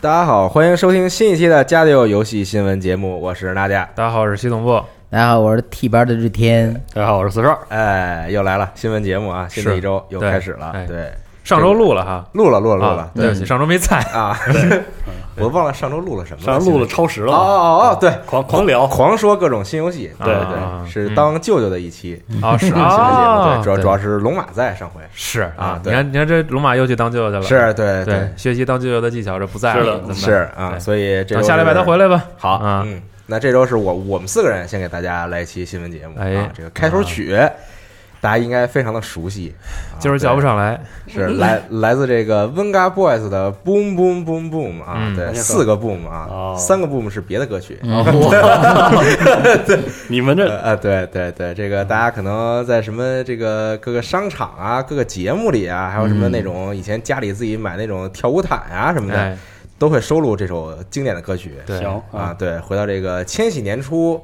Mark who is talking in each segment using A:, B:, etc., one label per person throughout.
A: 大家好，欢迎收听新一期的《加六游戏新闻节目》，我是娜迦。
B: 大家好，我是系统部。
C: 大家好，我是替班的日天。
B: 大家好，我是四十二。
A: 哎，又来了新闻节目啊！新的
B: 是
A: 一周又
B: 对
A: 开始了，
B: 哎
A: 对，
B: 上周录了哈，
A: 录了录了录
B: 啊
A: 了，，
B: 对不起，上周没在。
A: 啊， 我忘了上周录了什么
D: 上
A: 了，
D: 周录了超时
A: 新闻节目。
D: 了，
A: 哦哦哦，对，
D: 狂狂聊，
A: 狂说各种新游戏，
B: 啊
A: 对
B: 啊
A: 对，是当舅舅的一期
B: 啊，是
A: 嗯新闻节目，
B: 啊，
A: 对，主要
B: 对
A: 主要是龙马在上回
B: 是
A: 啊
B: 你
A: 对
B: 看，你看这龙马又去当舅舅去了，
A: 是对
B: 对，学习当舅舅的技巧，这不在
D: 是的
B: 了，怎么办
A: 是啊，
B: 对
A: 所以这
B: 等
A: 周
B: 下礼拜他回来
A: 来
B: 吧。
A: 好，
B: 啊
A: 嗯。那这周是我我们四个人先给大家来一期新闻节目
B: 哎
A: 啊，这个开头曲大家应该非常的熟悉，啊
B: 今儿叫不上来，
A: 是来来自这个 Venga Boys 的 Boom Boom Boom Boom 啊，
B: 嗯
A: 对，四个 Boom 啊，
D: 哦
A: 三个 Boom 是别的歌曲。
C: 哦
D: 你们
A: 呃
D: 这
A: 呃，对对对，这个大家可能在什么这个各个商场啊、各个节目里啊，还有什
B: 嗯
A: 么那种以前家里自己买那种跳舞毯啊什么的，
B: 哎，
A: 都会收录这首经典的歌曲。
B: 对
D: 行
A: 啊，，对，回到这个千禧年初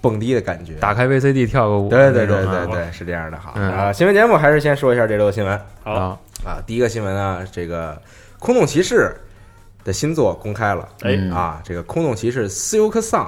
A: 蹦迪的感觉。
B: 打开 VCD 跳个舞，
A: 对对对
B: 那种啊
A: 对对，是这样的哈。
B: 嗯
A: 啊，新闻节目还是先说一下这周的新闻。
D: 好
B: 啊，
A: 啊，第一个新闻啊，这个《空洞骑士》的新作公开了，
D: 哎
C: 嗯
A: 啊，这个《空洞骑士》Silk Song，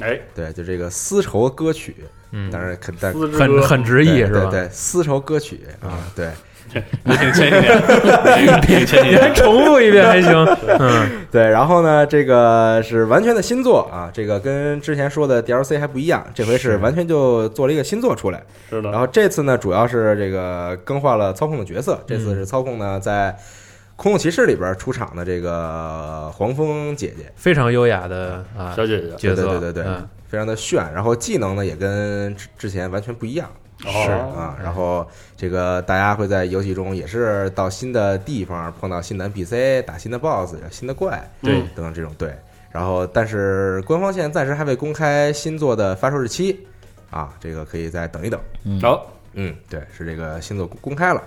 D: 哎，
A: 对，就这个丝绸歌曲，
B: 嗯，
A: 当然肯但
D: 丝之
B: 很
D: 歌
B: 很直
A: 对
B: 译
A: 对
B: 是吧？嗯
A: 对，丝绸歌曲啊，对
D: 也挺前一点，挺前 一
B: 你还
D: 点，
B: 重复一遍还行，嗯，
A: 对。然后呢，这个是完全的新作啊，这个跟之前说的 DLC 还不一样，这回是完全就做了一个新作出来。
B: 嗯
D: 是
A: 然
D: 的，
A: 后这次呢，主要是这个更换了操控的角
B: 嗯
A: 色，这次是操控呢在。空洞骑士里边出场的这个黄蜂姐姐，
B: 非常优雅的啊
D: 小姐姐，
B: 角色，
A: 对对对对对
B: 嗯
A: 非常的炫，然后技能呢也跟之之前完全不一样
D: 是
A: 啊。
B: 嗯
A: 然后这个大家会在游戏中也是到新的地方碰到新的 NPC，打新的 BOSS，新的怪，
D: 对
A: 等等这种对。然后但是官方现在暂时还未公开新作的发售日期啊，这个可以再等一等。
D: 好，
A: 嗯，对，是这个新作公开了。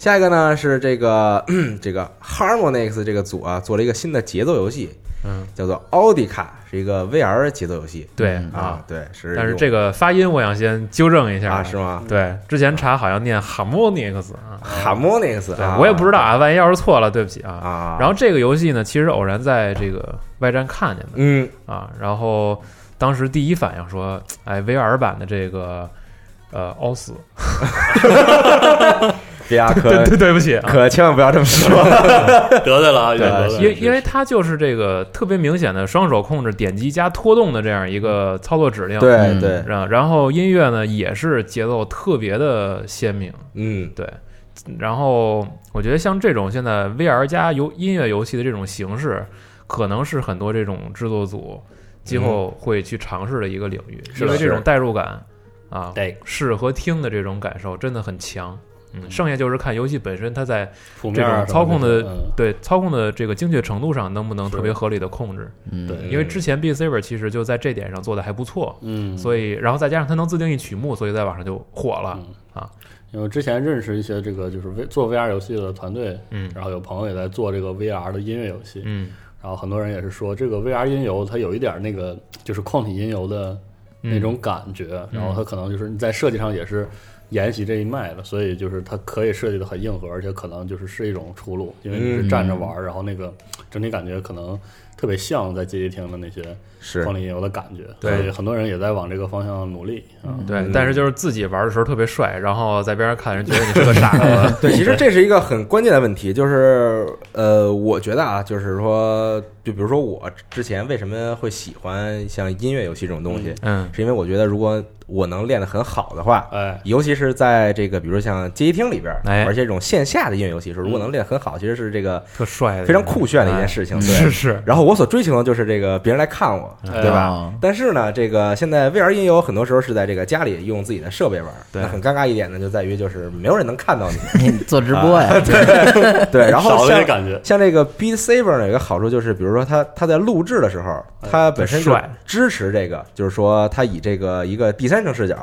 A: 下一个呢是这个 这个 Harmonix 这个组啊做了一个新的节奏游戏，
B: 嗯，
A: 叫做奥迪卡，是一个 VR 节奏游戏
B: 对
C: 嗯
A: 啊
B: 啊，，
A: 对，是
B: 但是
A: 用
B: 这个发音我想先纠正一下
A: 啊，是吗
B: 对，之前查好像念 harmonics 啊，
A: ？Harmonix，
B: 对
A: 啊，
B: 我也不知道啊，万一要是错了，对不起啊。
A: 啊。
B: 然后这个游戏呢，其实偶然在这个 Y 站看见的，
A: 嗯，
B: 啊，然后当时第一反应说，哎，VR 版的这个呃凹死，
A: 别啊，
B: 对
A: 可
B: 对对不起啊，
A: 可千万不要这 么说。
D: 得罪了啊，有点得罪
B: 因
D: 了
B: 为因为它就是这个特别明显的双手控制点击加拖动的这样一个操作指令，
A: 对
C: 嗯
A: 对，
B: 然然后音乐呢也是节奏特别的鲜明，
A: 嗯
B: 对。然后我觉得像这种现在 VR 加游音乐游戏的这种形式，可能是很多这种制作组今后会去尝试的一个领域，
D: 是
B: 因为
D: 的
B: 这
D: 是
B: 种代入感啊，
D: 对
B: 视和听的这种感受真的很强。嗯，剩下就是看游戏本身它在
D: 谱
B: 这
D: 面
B: 种
D: 啊
B: 操控
D: 什
B: 的
A: 嗯
D: 么
B: 对操控的这个精确程度上能不能
D: 是
B: 特别合理的控制，
C: 嗯，
D: 对
B: 因为之前 B Saber 其实就在这点上做的还不错，
D: 嗯，
B: 所以然后再加上它能自定义曲目，所以在网上就火了。
D: 因为之前认识一些这个就是 V 做 VR 游戏的团队，
B: 嗯
D: 然后有朋友也在做这个 VR 的音乐游戏，
B: 嗯
D: 然后很多人也是说这个 VR 音游它有一点那个就是矿体音游的那种感觉，然后它可能就是你在设计上也是沿袭这一脉的，所以就是它可以设计的很硬核，而且可能就是是一种出路，因为你是站着玩，然后那个整体感觉可能特别像在街机厅的那些
A: 是
D: 矿体音游的感觉，
B: 对嗯
D: 所以很多人也在往这个方向努力啊。
B: 对，
A: 嗯
B: 但是就是自己玩的时候特别帅，然后在边上看人觉得你是个傻子。
A: 对，其实这是一个很关键的问题，就是呃，我觉得啊，就是说，就比如说我之前为什么会喜欢像音乐游戏这种东西，
B: 嗯
A: 是因为我觉得如果我能练得很好的话，
D: 哎，
A: 尤其是在这个比如像街机厅里边儿，
B: 哎
A: 玩这种线下的音乐游戏的时候，如果能练得很好，其实是这个
B: 特帅的一个，
A: 非常酷炫的一件事情。
B: 哎。是
A: 对，嗯
B: 是，
A: 然后我所追求的就是这个别人来看我，
D: 哎
A: 对吧？
C: 啊
A: 但是呢，这个现在 VR 音游很多时候是在这个家里用自己的设备玩，
B: 对
A: 那很尴尬一点呢，就在于就是没有人能看到你。
C: 你做直播呀？
A: 对，然后
D: 少了
A: 像
D: 点感觉，
A: 像这个 Beat Saber 呢，有一个好处就是，比如说它它在录制的时候，它本身就
B: 帅
A: 支持这个，就是说它以这个一个第三人称视角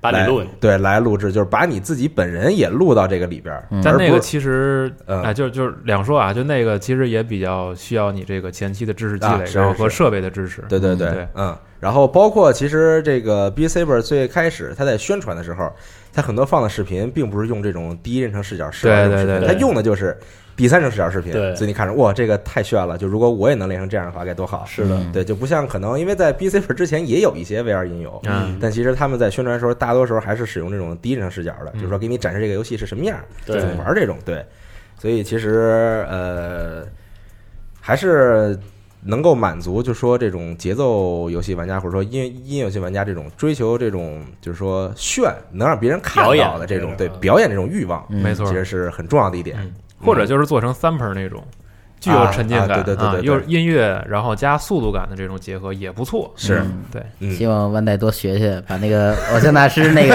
D: 把你
A: 来
D: 录进去，
A: 对来录制，就是把你自己本人也录到这个里边儿，
C: 嗯
B: 但
A: 而
B: 那
A: 不
B: 个
A: 是
B: 其实，
A: 嗯
B: 哎，就就是两说啊，就那个其实也比较需要你这个前期的知识积
A: 啊
B: 累，
A: 是
B: 然后
A: 是
B: 和设备的支持。
A: 对对对，
B: 嗯对
A: 嗯，然后包括其实这个 B Saber 最开始他在宣传的时候，他很多放的视频并不是用这种第一人称视角视
B: 对
A: 这种
B: 对
A: 视频
B: 对
A: 他
D: 对
A: 用的就是第三人称视角视频，
D: 对
A: 所以你看着哇，这个太炫了！就如果我也能练成这样的话，该多好！
D: 是的，
C: 嗯
A: 对，就不像可能因为在 B Saber 之前也有一些 VR 音游。
B: 嗯，
A: 但其实他们在宣传的时候，大多时候还是使用这种第一人称视角的，就是说给你展示这个游戏是什么样，
D: 对
A: 怎么玩这种。对，所以其实呃，还是能够满足，就说这种节奏游戏玩家或者说音音乐游戏玩家这种追求这种就是说炫，能让别人看
D: 表演
A: 到的这种
D: 这
A: 对
D: 种啊
A: 表演这种欲望，
C: 嗯
B: 没错
A: 其，实是很重要的一点。
B: 嗯或者就是做成三盆那种。具有沉浸感，
A: 啊对对对
B: 啊
A: 对对
B: 又是音乐，然后加速度感的这种结合也不错。
A: 是，
C: 嗯
B: 对，
A: 嗯
C: 希望万代多学学，把那个偶像大师那个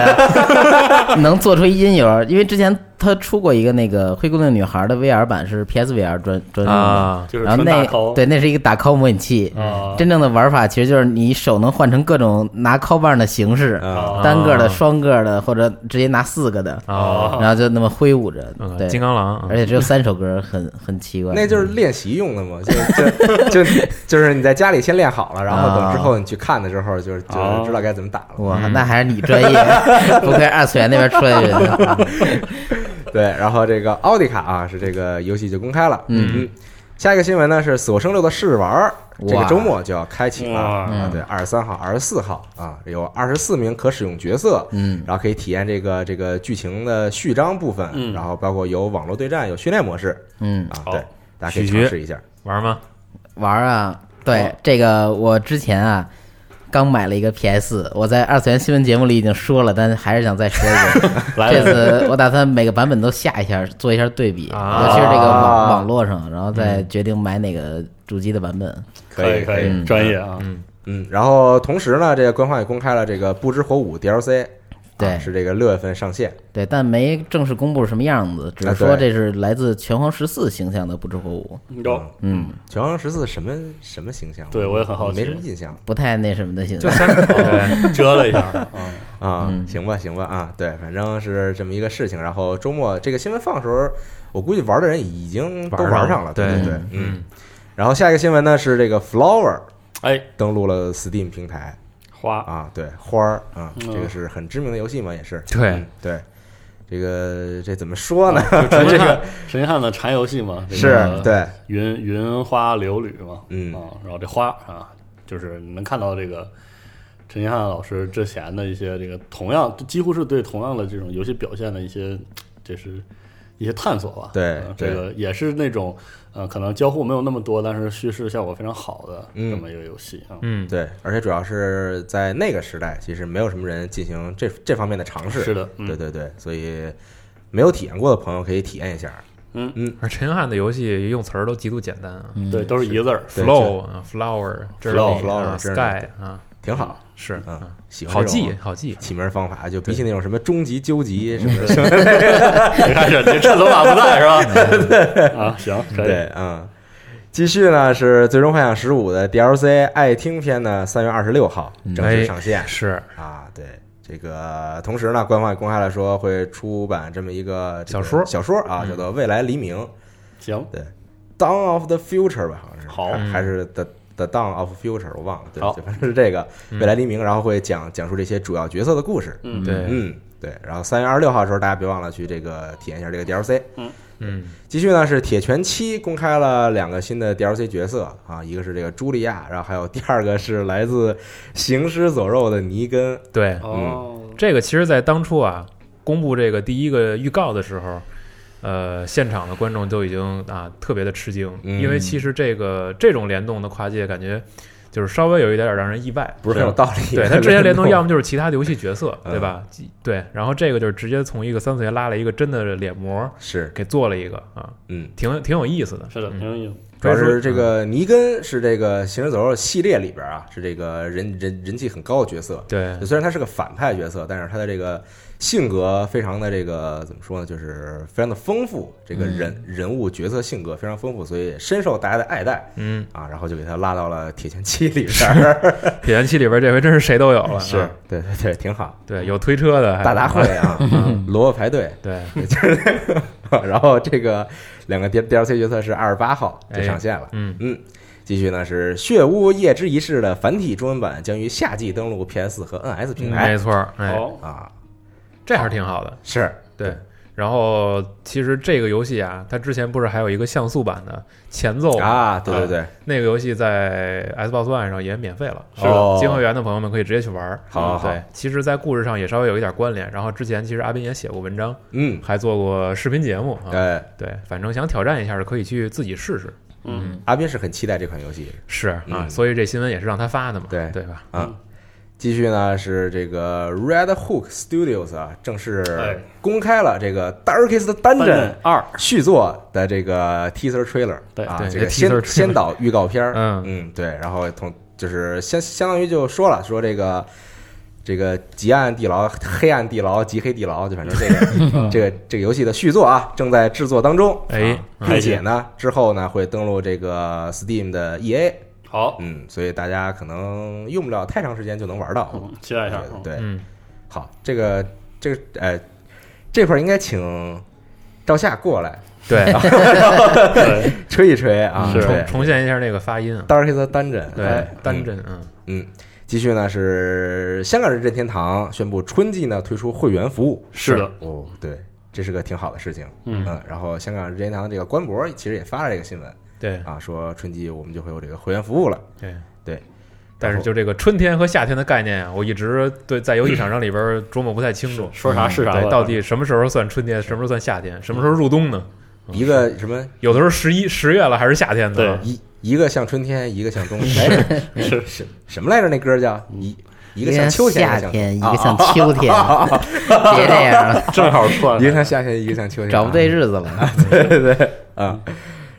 C: 能做出一音游儿，因为之前他出过一个那个《灰姑娘女孩》的 VR 版是 PSVR 专专用的，
B: 啊，
D: 就是
C: 然后
D: 穿大
C: 那
D: 扣，
C: 对那嗯是一个打 call 模拟器，
D: 啊，
C: 真正的玩法其实就是你手能换成各种拿 call 棒的形式，
A: 啊
C: 单个
B: 啊
C: 的、双个的，或者直接拿四个的，
B: 啊，
C: 然后就那么挥舞着
B: 嗯，
C: 对，哎
B: 金刚狼，嗯
C: 而且只有三首歌，很很奇怪。
A: 那就是练习用的嘛，就就就就是你在家里先练好了，然后等之后你去看的时候，就是就是知道该怎么打了。
C: 哇，那还是你专业，不愧二次元那边出来的人。
A: 对，然后这个奥迪卡啊，是这个游戏就公开了。嗯，下一个新闻呢是《死火生六》的试玩儿，这个
C: 哇
A: 周末就要开启了
D: 哇
A: 啊。对，二十三号、二十四号啊，有二十四名可使用角色，
C: 嗯，
A: 然后可以体验这个这个剧情的序章部分，
D: 嗯
A: 然后包括有网络对战、有训练模式
C: 嗯，
A: 啊。
D: 好
A: 对，大家可以
B: 许局
A: 尝试一下。
B: 玩吗？
C: 玩儿啊，对
D: 好
C: 这个我之前啊。刚买了一个 PS，我在二次元新闻节目里已经说了，但是还是想再说一 遍。
D: 来
C: 这
D: 了，
C: 次我打算每个版本都下一下，做一下对比，
B: 啊
C: 尤其是这个
A: 啊
C: 网网络上，然后再决定买哪个主机的版本。
D: 可以可以，专业啊，
A: 嗯，然后同时呢，这个官方也公开了这个《不知火舞》DLC，啊
C: 对
A: 是这个六月份上线。
C: 对，但没正式公布是什么样子，只
A: 啊
C: 是说
A: 对
C: 这是来自拳皇十四形象的不知火舞。
D: 有
C: 嗯，
A: 拳皇十四什么什么形象？
D: 对我也很好奇
A: 没什么印象
C: 不太那什么的形
B: 就
C: 象。
B: 三，对，
D: 遮了一下 啊，
A: 啊。行吧，行吧啊，对，反正是这么一个事情。然后周末这个新闻放的时候，我估计玩的人已经都
B: 玩
A: 玩
B: 上
A: 上
B: 了
A: 了，对
B: 对
A: 对，
B: 嗯
A: 嗯。然后下一个新闻呢是这个 Flower
D: 哎，
A: 登陆了 Steam 平台
D: 花
A: 啊，对花儿啊，
D: 嗯
A: 这个是很知名的游戏嘛，也是
B: 对
A: 嗯对。这个这怎么说呢？
D: 神经汉，神经汉的禅游戏嘛，这
A: 是
D: 个
A: 对，
D: 云云花柳缕嘛，
A: 嗯
D: 啊，然后这花啊，就是你能看到这个陈星汉老师之前的一些这个同样几乎是对同样的这种游戏表现的一些，就是一些探索吧。
A: 对
D: 呃
A: 对
D: 这个也是那种呃，可能交互没有那么多，但是叙事效果非常好的
A: 嗯
D: 这么一个游戏啊。
B: 嗯，
A: 对，而且主要是在那个时代，其实没有什么人进行这这方面的尝试。
D: 是的嗯
A: 对对对，所以没有体验过的朋友可以体验一下。
B: 而陈汉的游戏用词儿都极度简单啊
D: 对，都是一个字儿。
A: 对
B: ，flow 啊，flower，这是
D: Flow，
B: 啊
A: flower，
B: sky 啊，
A: 挺 好，
B: 是
A: 嗯，喜欢
B: 好
A: 这种
B: 记，好记，
A: 起名方法，就比起那种什么终极究极什么的，
D: 你看这，你趁罗马不在 是吧？啊，行，可以。
A: 对，嗯。继续呢是《最终幻想十五》的 DLC 爱听篇呢，三月二十六号正式上线、
B: 是
A: 啊。对，这个同时呢，官方也公开了说会出版这么一个这个
B: 小说
A: 小说啊，叫做《未来黎明》
D: 行，
A: 对，Dawn of the Future 吧，好像是，
D: 好
A: 还还是 The The Dawn of Future，我忘了，对，
D: 好
A: 就反正是这个未来黎明，然后会讲讲述这些主要角色的故事，
D: 嗯，
B: 对，
A: 嗯，对，然后三月二十六号的时候，大家别忘了去这个体验一下这个 DLC。
B: 嗯，
A: 继续呢是铁拳七公开了两个新的 DLC 角色啊，一个是这个茱莉亚，然后还有第二个是来自行尸走肉的尼根，
B: 对，
D: 哦，
B: 这个其实，在当初啊公布这个第一个预告的时候，呃，现场的观众都已经啊特别的吃惊，
A: 嗯
B: 因为其实这个这种联动的跨界，感觉就是稍微有一点点让人意外。
A: 不是很有道理。
B: 对他之前联动，要么就是其他的游戏角色，
A: 嗯
B: 对吧？对，然后这个就是直接从一个三次元拉了一个真的脸模
A: 是，
B: 给做了一个啊，
A: 嗯，
B: 挺挺有意思的。
D: 是的，
B: 嗯
D: 挺有意思。
A: 主要是这个尼根是这个《行尸走肉》系列里边啊，是这个人人人气很高的角色。
B: 对
A: 虽然他是个反派角色，但是他的这个性格非常的这个怎么说呢，就是非常的丰富，这
B: 嗯
A: 个人、人物角色性格非常丰富，所以也深受大家的爱戴。
B: 嗯，
A: 啊，然后就给他拉到了铁拳七里边儿，
B: 铁拳七里边这回真是谁都有了啊，
A: 对对对，挺好，
B: 对，有推车的，还
A: 大杂烩啊，萝卜排队，
B: 对，
A: 然后这个两个 D DLC 角色是二十八号就上线了，
B: 嗯
A: 嗯，继续呢是《血屋夜之仪式》的繁体中文版将于夏季登陆 PS 和 NS 平
B: 没
A: 台
B: 错儿，哎，
D: 好，
A: 啊，
B: 这还是挺好的。
A: 是
B: 对，然后其实这个游戏啊，它之前不是还有一个像素版的前奏吗
A: 啊，对对对，
B: 那个游戏在 Xbox One 上也免费了，啊
A: 是的
B: 金会员的朋友们可以直接去玩儿。嗯
A: 好好好
B: 对，其实，在故事上也稍微有一点关联。然后之前其实阿斌也写过文章，
A: 嗯，
B: 还做过视频节目啊。
A: 呃，
B: 对，反正想挑战一下的可以去自己试试。
D: 嗯，
A: 阿斌是很期待这款游戏，
B: 是啊，
A: 嗯
B: 所以这新闻也是让他发的嘛，
A: 对
B: 对吧？
A: 啊。继续呢是这个 Red Hook Studios 啊，正式
D: 哎
A: 公开了这个 Darkest Dungeon
D: 二，
A: 续作的这个 teaser trailer，
D: 对
A: 啊，
B: 对
A: 这个
B: 这 teaser
A: 先
B: trailer
A: 先导预告片儿，
B: 嗯
A: 嗯，对，然后同就是相相当于就说了说这个。这个极暗地牢、黑暗地牢、极黑地牢，就反正这个这个这个游戏的续作啊，正在制作当中。
B: 哎
A: 啊
B: 嗯
A: 并且呢，之后呢会登录这个 Steam 的 EA，
D: 好，
A: 嗯，所以大家可能用不了太长时间就能玩到。我
D: 嗯期待一
A: 觉
D: 下
A: 得。
D: 嗯
A: 对，
B: 嗯，
A: 好，这个这个呃，这块儿应该请赵夏过来
B: 对，啊
D: 对，
A: 吹一吹啊，
D: 是
A: 对
B: 重重现一下那个发音啊。
A: 当然是他单针，
B: 对
A: 哎，
B: 单。针，嗯，
A: 嗯，嗯继续呢是香港任天堂宣布春季呢推出会员服务，
D: 是的，
A: 哦，对，这是个挺好的事情。
D: 嗯
A: 然后香港任天堂这个官博其实也发了这个新闻
B: 对
A: 啊，说春季我们就会有这个会员服务了。
B: 对
A: 对。
B: 但是就这个春天和夏天的概念啊，我一直对在游戏厂商里边琢磨不太清楚，
D: 说
A: 嗯
D: 啥是啥
B: 对，
D: 吧
B: 到底什么时候算春天，什么时候算夏天，什么时候入冬呢？
A: 一个什么
B: 有的时候十一十月了还是夏天呢？
D: 对
A: 一一个像春天，一个像冬天，哎
D: 是
A: 什什么来着？那歌叫一一个像秋天，
C: 夏天，一个像
A: 啊啊
C: 秋天， 别这样了，
D: 正好串
A: 一个像夏天，一个像秋天，
C: 找不
A: 啊
C: 对日子了。
A: 啊，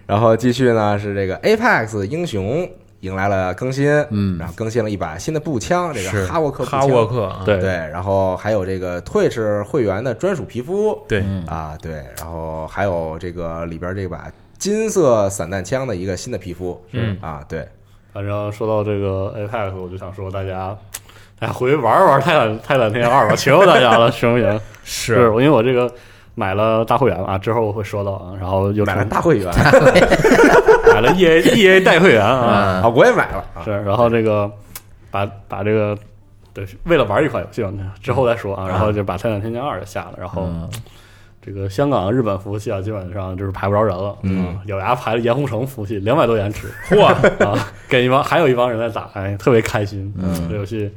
A: 然后继续呢是这个 Apex 英雄迎来了更新，
C: 嗯
A: 然后更新了一把新的步枪，这
B: 是
A: 个哈沃克步枪
B: 哈沃，克啊，
D: 对
A: 对，然后还有这个 Twitch 会员的专属皮肤
B: 对
C: 嗯
A: 啊，对，然后还有这个里边这把金色散弹枪的一个新的皮肤，
B: 嗯
A: 啊，对，
D: 反正说到这个 Apex，我就想说大家，哎，回去玩一玩《泰坦泰坦天二》吧，求求大家了，行不 行？
B: 是
D: 我因为我这个买了大会员啊，之后我会说到啊，然后又
A: 买了
D: 重
A: 大会员
D: 买了 E EA EA 代会员啊，
A: 啊，我也买了啊，
D: 是，然后这个把把这个。对，为了玩一款游戏嘛，之后再说啊。然后就把《泰坦天降二》也下了，然后
C: 嗯，
D: 这个香港、日本服务器啊，基本上就是排不着人了。
A: 嗯，
D: 咬牙排了盐湖城服务器，两百多延迟，
B: 嚯，
D: 啊，跟一帮还有一帮人在打，哎，特别开心。嗯，这游戏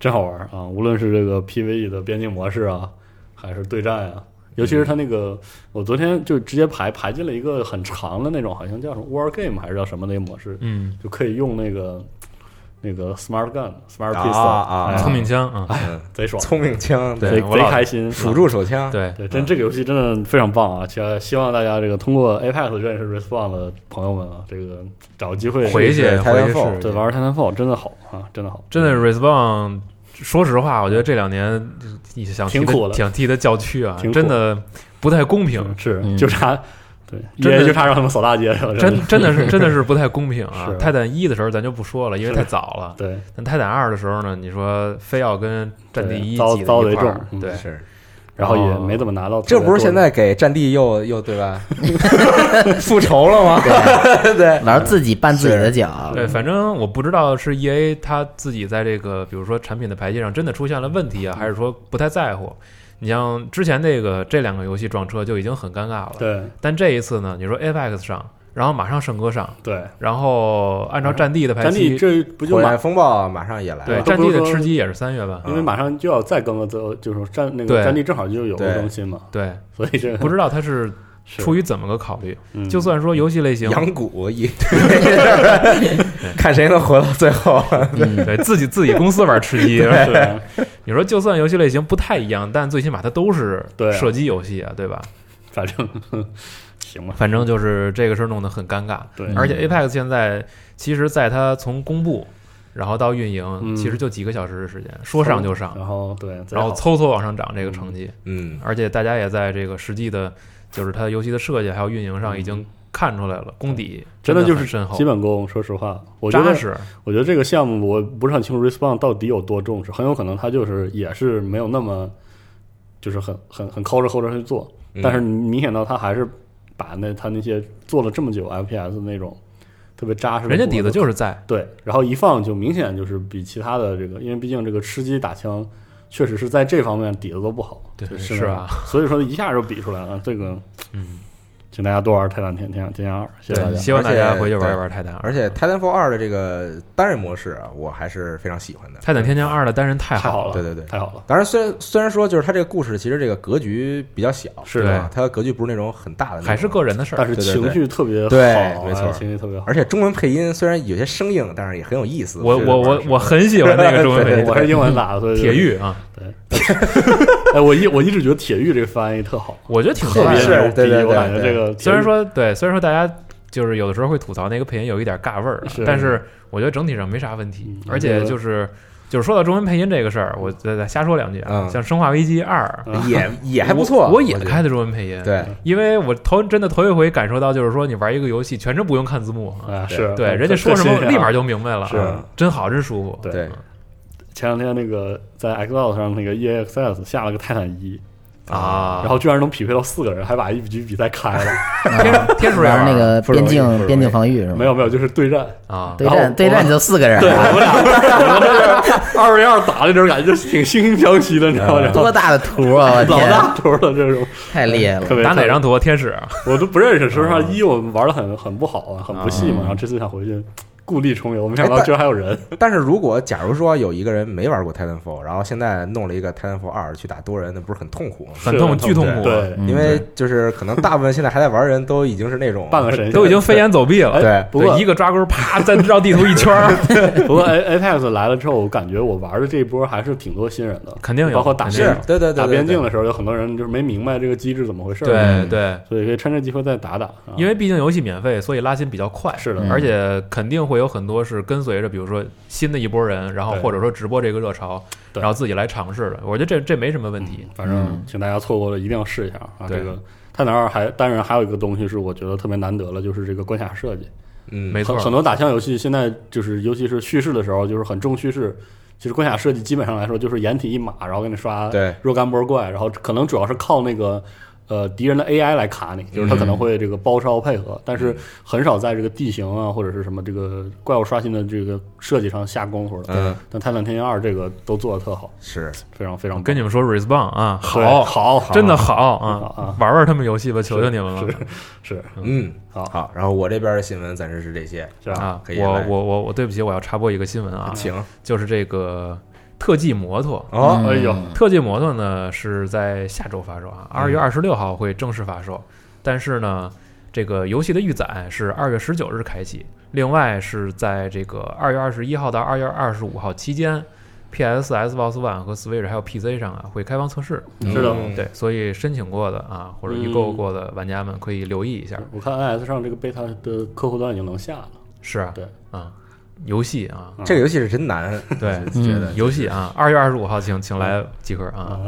D: 真好玩啊！无论是这个 PVE 的边境模式啊，还是对战啊，尤其是它那个，我昨天就直接排排进了一个很长的那种，好像叫什么 War Game 还是叫什么那个模式，
B: 嗯，
D: 就可以用那个那个 Smart Gun、Smart
A: 啊
D: Pistol，
A: 啊
D: 哎
B: 聪明枪啊，
D: 贼爽，
A: 聪明枪，
B: 对
D: 贼
B: 我老
D: 贼开心，
A: 辅助手
D: 啊
A: 枪，
B: 对，
D: 对，真这个游戏真的非常棒啊！希希望大家这个通过 Apex 认识 Respawn 的朋友们啊，这个找个机会
B: 回去
A: 是
B: 回去
A: Titanfall
B: 是，
D: 对玩《Titanfall》真的好啊，真的好，
B: 真的 Respawn，说实话，我觉得这两年你想替
D: 挺苦
B: 他
D: 的
B: 想替他叫屈啊
D: 挺，苦
B: 真的不太公平
D: 嗯，是
C: 嗯
D: 就差对，
B: 真
D: 也
B: 的
D: 就差让他们扫大街了，
B: 真
D: 的
B: 真的是真的是不太公平啊
D: 是！
B: 泰坦一的时候咱就不说了，因为
D: 是
B: 太早了。
D: 对
B: 但泰坦二的时候呢，你说非要跟战地一
D: 对遭
B: 挤在
D: 遭
B: 一
D: 贼
B: 块儿
D: 重，嗯
B: 对，
A: 是，
D: 然后也
B: 哦
D: 没怎么拿到特别
A: 这
D: 多的，
A: 不是现在给战地又又对吧 复仇了吗？ 对，
C: 老是自己绊自己的脚。
D: 嗯
B: 对，反正我不知道是 E A 他自己在这个，比如说产品的排期上真的出现了问题啊，还是说不太在乎。你像之前那个这两个游戏撞车就已经很尴尬了，
D: 对
B: 但这一次呢，你说 Apex 上，然后马上圣歌上，
D: 对
B: 然后按照战地的排
D: 战地
B: 期，
D: 这不就
A: 火
D: 马
A: 焰风暴马上也来
B: 对
A: 了，
B: 战地
D: 都
B: 的
D: 不是说
B: 吃鸡也是三月吧？
D: 因为马上就要再更个，就是战那
B: 对
D: 个战地正好就有
A: 对
D: 个更新嘛，
B: 对，
D: 所以这个
B: 不知道它是
D: 是
B: 出于怎么个考虑？
D: 嗯
B: 就算说游戏类型，
A: 养蛊一， 看谁能活到最后。
B: 对自己自己公司玩吃鸡，
D: 对
B: 你说就算游戏类型不太一样，但最起码它都是
D: 对啊
B: 射击游戏啊，对吧？
D: 反正 行吧，
B: 反正就是这个事儿弄得很尴尬。
D: 对
B: 而且 Apex 现在其实，在它从公布然后到运营，
D: 嗯
B: 其实就几个小时的时间，说上就上，
D: 然后对，再
B: 然后
D: 好
B: 嗖嗖往上涨这个成绩。
A: 嗯，
B: 而且大家也在这个实际的，就是它游戏的设计还有运营上已经看出来了，功底
D: 嗯真
B: 的
D: 的就
B: 很
D: 是
B: 深厚
D: 基，本功。说实话，我觉
B: 扎
D: 得
B: 实。
D: 我觉得这个项目我不是很清楚 Respawn 到底有多重视，很有可能他就是也是没有那么就是很很很抠着抠着去做，
A: 嗯
D: 但是你明显到他还是把那他那些做了这么久 FPS 那种特别扎实的部分都，
B: 人家底子就是在，
D: 对，然后一放就明显就是比其他的这个，因为毕竟这个吃鸡打枪确实是在这方面底子都不好，
B: 对
D: 就是
B: 啊，
D: 所以说一下就比出来了。这个
B: 嗯，
D: 请大家多玩《太阳天天阳天阳二》，谢谢大
B: 对，
D: 家。
B: 希望大家
A: 而且
B: 回去玩一玩泰坦二。
A: 而且《Titanfall 二》的这个单人模式啊，我还是非常喜欢的。
B: 泰坦天降二的单人太
D: 太
B: 好
D: 好了，
A: 对对对
D: 太好了，
A: 当然，虽然虽然说就是它这个故事其实这个格局比较小，
D: 是
A: 吧
B: 对
A: 它的格局不是那种很大的那种，
B: 还是个人的事
D: 但
B: 儿。
D: 是
A: 对对
D: 情绪特别好，
A: 对
D: 哎
A: 没错
D: 情绪特别好。
A: 而且中文配音虽然有些生硬，但是也很有意思。
B: 我
A: 觉得
B: 我我
A: 玩
B: 我很喜欢那个中文 配
A: 对
B: 音
A: 对
D: 我是英文打的，所以就
B: 铁，玉啊，
D: 哎，我一我一直觉得铁玉这个翻译特好，
B: 我觉得挺
D: 特
B: 帅
D: 别
A: 是
B: 的。
D: 牛
A: 对对
D: 逼，
A: 对
D: 我感觉
A: 对
D: 这个
B: 虽然说对，虽然说大家就是有的时候会吐槽那个配音有一点尬味儿啊
D: 是，
B: 但是我觉得整体上没啥问题
D: 嗯，
B: 而且就是。就是说到中文配音这个事儿，我再再瞎说两句啊，
A: 嗯
B: 像《生化危机二》
D: 啊
A: 也也还不
B: 我
A: 错，
B: 我也
A: 觉得
B: 开的中文配音，
A: 对，
B: 因为我头真的头一回感受到，就是说你玩一个游戏全程不用看字幕，
D: 铁玉啊
A: 对
D: 是
B: 对，人家
D: 特
B: 说什
D: 特
B: 么
D: 新鲜啊
B: 立马就明白了，
D: 是
B: 啊真好，真舒服。
D: 对
A: 对
D: 前两天那个在 Xbox 上那个 E EXS 下了个泰坦一，
B: 啊，
D: 然后居然能匹配到四个人，还把一局比赛开了。
B: 天天数也
C: 玩
B: 玩
C: 那个
A: 不容易
C: 边
A: 不容易
C: 境边境防御是吗？
D: 没有没有，就是对战，
B: 啊，
C: 对
D: 然后
C: 战对战就四个人，
D: 二 v 二打的这种感觉就是挺惺惺相惜的，你知道吗？然后
C: 多
A: 嗯
C: 大的图啊！我
D: 老
C: 天，
D: 大头了这种，
C: 太厉害了
D: 特！别
B: 打哪张图？啊嗯天使
D: 我都不认识。说实话，一我玩的很很不好啊，很
B: 嗯
D: 不细嘛。
C: 啊
D: 然后这次想回去故地重游，没想到居然还有人。
A: 哎但是如果假如说有一个人没玩过 Titanfall，然后现在弄了一个 Titanfall 二去打多人，那不是很痛苦吗？
B: 很痛，
D: 很痛
B: 巨痛苦，啊
D: 对，
C: 嗯
A: 因为就是可能大部分现在还在玩人都已经是那种
D: 半个神仙
B: 都已经飞檐走壁了。
A: 对
D: 哎不过
B: 一个抓钩， 啪，再绕地图一圈儿，
D: 不过 A- Apex 来了之后，我感觉我玩的这一波还是挺多新人的，
B: 肯定有
D: 包括打
B: 肯
D: 边
B: 定
A: 是
B: 有
A: 对对对
D: 打
A: 对
D: 边境
A: 了，
D: 的时候，有很多人就是没明白这个机制怎么回事。
B: 对对，
D: 所以可以趁这机会再打打。啊
B: 因为毕竟游戏免费，所以拉新比较快。
D: 是的
B: 而且肯定会有很多是跟随着，比如说新的一波人，然后
D: 对
B: 或者说直播这个热潮，
D: 对
B: 然后自己来尝试的。我觉得这这没什么问题。
D: 反正请大家错过了一定要试一下啊！
B: 嗯对
D: 这个《泰坦二》还当然还有一个东西是我觉得特别难得了，就是这个关卡设计。
A: 嗯，
B: 没错
D: 很，很多打枪游戏现在就是尤其是叙事的时候，就是很重叙事。其实关卡设计基本上来说就是掩体一马，然后给你刷
A: 对
D: 若干波怪，然后可能主要是靠那个呃敌人的 AI 来卡你，就是他可
B: 嗯
D: 能会这个包抄配合，但是很少在这个地形啊或者是什么这个怪物刷新的这个设计上下功夫了。
A: 嗯，
D: 但《泰坦天降二》这个都做的特好，
A: 是
D: 非常非常棒
B: 哦跟你们说 respawn 啊，
D: 对
B: 好，
D: 好好
B: 真的好啊
D: 好啊
B: 玩玩他们游戏吧，求求你们了。
D: 是
A: 嗯
D: 好
A: 好，然后我这边的新闻暂时是这些，
D: 是吧？
B: 啊
A: 可，以
B: 我
A: 来
B: 我我我对不起，我要插播一个新闻啊，
D: 嗯
A: 请
B: 就是这个特技摩托。
A: 哦，
D: 哎呦，
B: 特技摩托呢是在下周发售啊，二月二十六号会正式发售，但是呢，这个游戏的预载是二月十九日开启，另外是在这个二月二十一号到二月二十五号期间，PS、Xbox One 和 Switch 还有 PC 上啊会开放测试，
D: 是的嗯
A: 嗯
B: 对，所以申请过的啊或者预购过的玩家们可以留意一下。
D: 我看 NS 上这个贝塔的客户端已经能下了，
B: 是啊，
D: 对
B: 啊，游戏啊，
D: 嗯
A: 这个游戏是真难，
B: 对，
A: 觉得
B: 游戏啊，二月二十五号请请来集合啊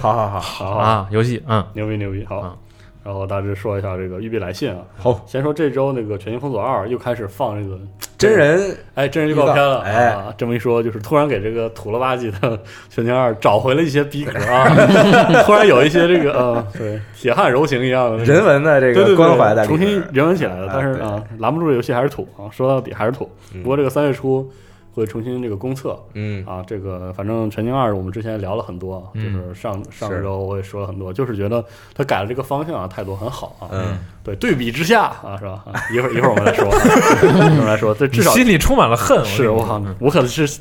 A: 好好
B: 啊
A: 好，
D: 嗯 好
B: 啊，游戏嗯
D: 牛逼牛逼，好。
B: 啊
D: 然后大致说一下这个育碧来信啊，
A: 好，
D: 先说这周那个《全新封锁二》又开始放这个
A: 真人
D: 哎真人预告片了，
A: 哎
D: 啊，这么一说就是突然给这个土了吧唧的《 全新二》找回了一些逼格 啊，突然有一些这个呃对铁汉柔情一样的那种
A: 人文的这
D: 对对
A: 个
D: 对
A: 关怀在里
D: 重
A: 边
D: 新人文起来了，
A: 啊
D: 但是
A: 对
D: 啊拦不住这游戏还是土啊，说到底还是土。不过这个三月初会重新这个公测，
A: 嗯
D: 啊，这个反正《全境二》我们之前聊了很多啊，就
B: 嗯
D: 是上上
A: 是
D: 周我也说了很多，就是觉得他改了这个方向啊，态度很好啊。
A: 嗯，
D: 对，对比之下啊，是吧？啊一会儿一会儿我们来说啊，一会儿我们来说，这至少
B: 心里充满了恨，
D: 是我靠，我可是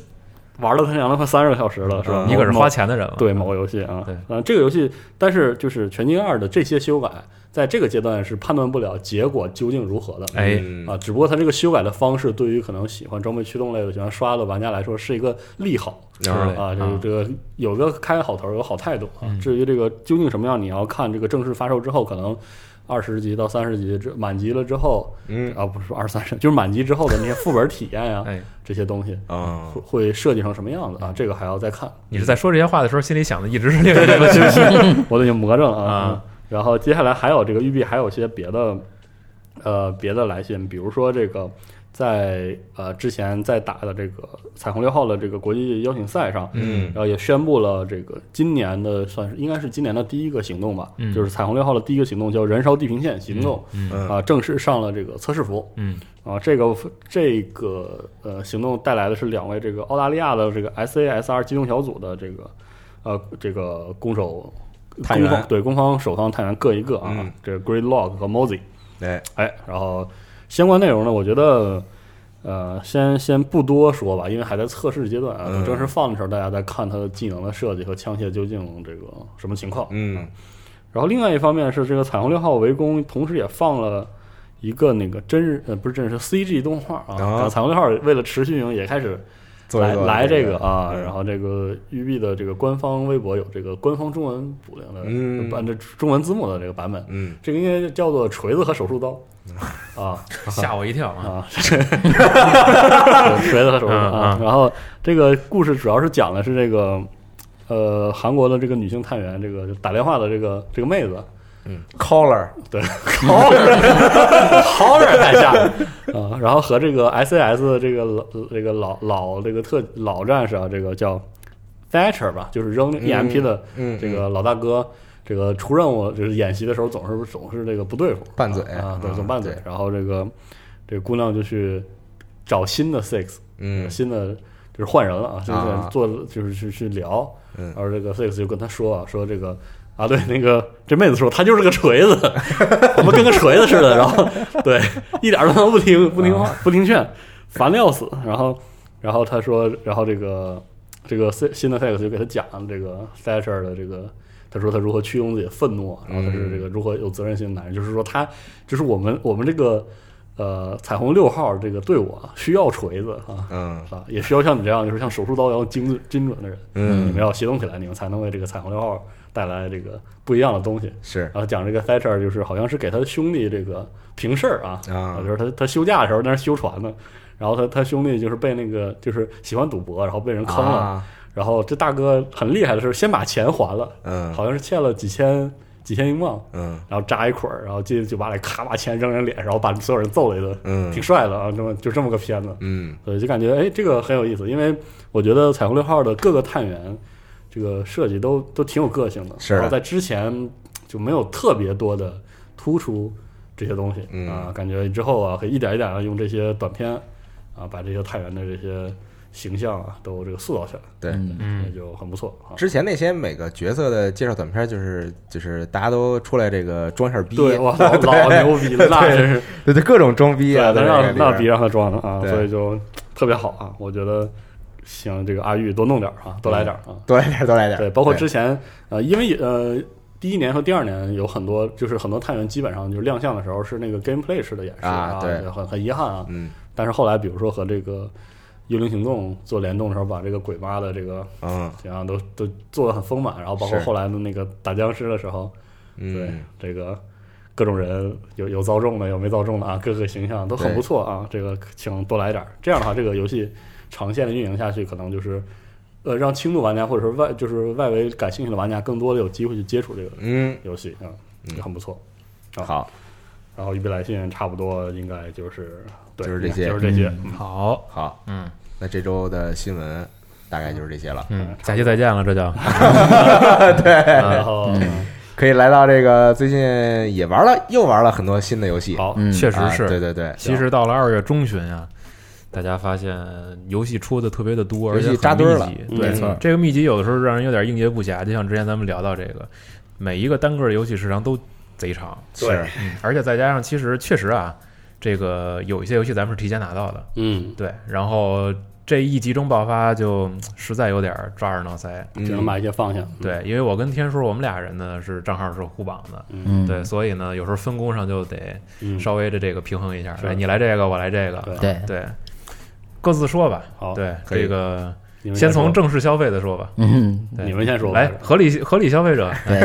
D: 玩了他娘的快三十个小时了，是吧？
A: 嗯
B: 你可是
D: 某
B: 花钱的人了。
D: 对某个游戏啊，
B: 对
D: 嗯，这个游戏，但是就是《全境二》的这些修改，在这个阶段是判断不了结果究竟如何的。
B: 哎，
A: 嗯
D: 啊，只不过它这个修改的方式，对于可能喜欢装备驱动类的、喜欢刷的玩家来说，是一个利好
B: 是的
D: 啊，就
B: 啊
D: 是这个有个开个好头，有个好态度啊
B: 嗯。
D: 至于这个究竟什么样，你要看这个正式发售之后，可能二十级到三十级这满级了之后，
A: 嗯
D: 啊，不是二三十，就是满级之后的那些副本体验呀、
B: 哎，
D: 这些东西
A: 啊
D: 会，会设计成什么样子啊？这个还要再看。
B: 你
A: 嗯
B: 是在说这些话的时候，心里想的一直是另一个游戏
D: 我都已经魔怔了
B: 啊
D: 嗯然后接下来还有这个育碧还有些别的，呃，别的来信，比如说这个在呃之前在打的这个彩虹六号的这个国际邀请赛上，
A: 嗯
D: 然后也宣布了这个今年的算是应该是今年的第一个行动吧，
B: 嗯
D: 就是彩虹六号的第一个行动叫燃烧地平线行动。
B: 嗯
A: 嗯
D: 啊，正式上了这个测试服
B: 嗯
D: 啊，这个这个呃行动带来的是两位这个澳大利亚的这个 SASR 机动小组的这个呃这个攻守
A: 探
D: 攻
A: 员
D: 方对攻方守方探员各一个啊，
A: 嗯
D: 这 Great Log 和 Mosey
A: 哎，
D: 哎，然后相关内容呢，我觉得呃先先不多说吧，因为还在测试阶段啊，
A: 嗯
D: 正式放的时候大家再看它的技能的设计和枪械究竟这个什么情况。
A: 嗯
D: 然后另外一方面是这个彩虹六号围攻，同时也放了一个那个真人呃不是真人是 CG 动画啊。
A: 啊
D: 彩虹六号为了持续运营也开始
A: 做
D: 来
A: 一做
D: 来这个啊，
A: 嗯
D: 然后这个育碧的这个官方微博有这个官方中文补丁的，
A: 嗯
D: 按照中文字幕的这个版本，
A: 嗯，
D: 这个应该叫做锤子和手术刀 啊。
B: 吓我一跳
A: 嗯
B: 啊！
D: 啊，锤子和手术刀啊
B: 嗯。
D: 然后这个故事主要是讲的是这个，呃，韩国的这个女性探员，这个就打电话的这个这个妹子，
A: collar
D: 对 c o l l e r c o l l e r 太吓人啊！然后和这个 SAS 的这个老这个老老这个特老战士啊，这个叫 Thatcher 吧，就是扔那
A: 嗯
D: EMP 的
A: 嗯
D: 这个老大哥，这个出任务就是演习的时候总是总是这个不对付，
A: 拌嘴
D: 啊，对，
A: 嗯
D: 总拌嘴
A: 对。
D: 然后这个这个姑娘就去找新的 Six，
A: 嗯
D: 新的就是换人了啊，就
A: 啊
D: 是做就是去去聊，
A: 嗯
D: 然后这个 Six 就跟他说啊，说这个啊，对，那个这妹子说她就是个锤子， 我们跟个锤子似 的，然后对，一点儿都不听
A: 啊
D: 不听话不听劝，烦的要死。然后然后他说，然后这个这个 Six- 新的 Six 就给他讲这个 Thatcher 的这个。他说他如何驱动自己的愤怒，啊然后他是这
A: 嗯
D: 个如何有责任心的男人，就是说他就是我们我们这个呃彩虹六号这个队伍啊，需要锤子啊，
A: 嗯
D: 啊，也需要像你这样，就是像手术刀一样精准精准的人，你
A: 嗯
D: 们要协同起来，你们才能为这个彩虹六号带来这个不一样的东西。
A: 是
D: 然后讲这个 Thatcher 就是好像是给他兄弟这个平事儿啊，
A: 啊
D: 就是他他休假的时候在那儿修船呢，然后他他兄弟就是被那个就是喜欢赌博，然后被人坑了，
A: 啊
D: 然后这大哥很厉害的是先把钱还了，
A: 嗯
D: 好像是欠了几千几千英镑，
A: 嗯
D: 然后扎一捆儿，然后进酒吧里咔把钱扔人脸上，然后把所有人揍了一顿，
A: 嗯
D: 挺帅的啊，这么就这么个片子。
A: 嗯
D: 对，就感觉哎，这个很有意思，因为我觉得彩虹六号的各个探员这个设计都都挺有个性的，
A: 是
D: 然后在之前就没有特别多的突出这些东西、
A: 嗯
D: 啊，感觉之后啊，可以一点一点的用这些短片啊，把这些探员的这些形象啊都这个塑造起来，
A: 对。
C: 嗯，
D: 那
B: 嗯，
D: 就很不错啊。
A: 之前那些每个角色的介绍短片，就是就是大家都出来这个装一下逼，
D: 对，哇，老老牛逼了，那真是
A: 对对，各种装逼啊，
D: 对，
A: 在
D: 那
A: 那
D: 让那逼让他装了啊，
A: 对
D: 所以就特别好啊，我觉得行，这个阿玉多弄点儿啊，多来点儿啊。
A: 多来点，多来点，
D: 对，包括之前呃，因为也呃第一年和第二年有很多，就是很多探员基本上就是亮相的时候是那个 gameplay 式的演示
A: 啊对
D: 就很很遗憾啊。
A: 嗯
D: 但是后来比如说和这个《幽灵行动》做联动的时候，把这个鬼妈的这个
A: 嗯
D: 形象都都做的很丰满，然后包括
A: 是
D: 后来的那个打僵尸的时候，对
A: 嗯，
D: 这个。呃各种人有有遭中的，有没遭中的啊，各个形象都很
A: 对
D: 不错啊。这个请多来点儿，这样的话，这个游戏长线的运营下去，可能就是呃让轻度玩家或者是外就是外围感兴趣的玩家更多的有机会去接触这个
A: 嗯
D: 游戏啊，也很不错。
A: 好，
D: 然后预备来信差不多应该就是对，
A: 就是这些
D: 就是这些。
C: 嗯
B: 好，
A: 好，
B: 嗯
A: 那这周的新闻大概就是这些了，
B: 嗯，下期再见了，这就
D: 然后
A: 可以来到这个最近也玩了又玩了很多新的游戏，
D: 好，
C: 嗯
B: 确实
A: 啊
B: 是，
A: 对对对，
B: 其实到了二月中旬啊，大家发现游戏出的特别的多，
A: 游
B: 而
A: 戏
B: 且很
A: 扎堆儿了
B: 密集
D: 嗯
B: 对
D: 没
A: 错，
B: 这个密集有的时候让人有点应接不暇，就像之前咱们聊到这个，每一个单个的游戏时长都贼长，
A: 是
B: 嗯，而且再加上其实确实啊，这个有一些游戏咱们是提前拿到的，
D: 嗯，
B: 对，然后这一集中爆发就嗯实在有点抓耳挠腮。
D: 只能把一些放下。嗯，
B: 对，因为我跟天叔我们俩人呢是正好是互绑的，
C: 嗯，
B: 对，所以呢有时候分工上就得
D: 嗯，
B: 稍微的这个平衡一下，
D: 是
B: 哎，你来这个，我来这个，
D: 对
C: 对，
B: 对，各自说吧。
D: 好，
B: 对，
A: 可以
B: 这个
D: 你们
B: 先
D: 说
B: 从正式消费的说吧。
C: 嗯，
B: 对
D: 你们先说吧
B: 来，合理合理消费者，
C: 对，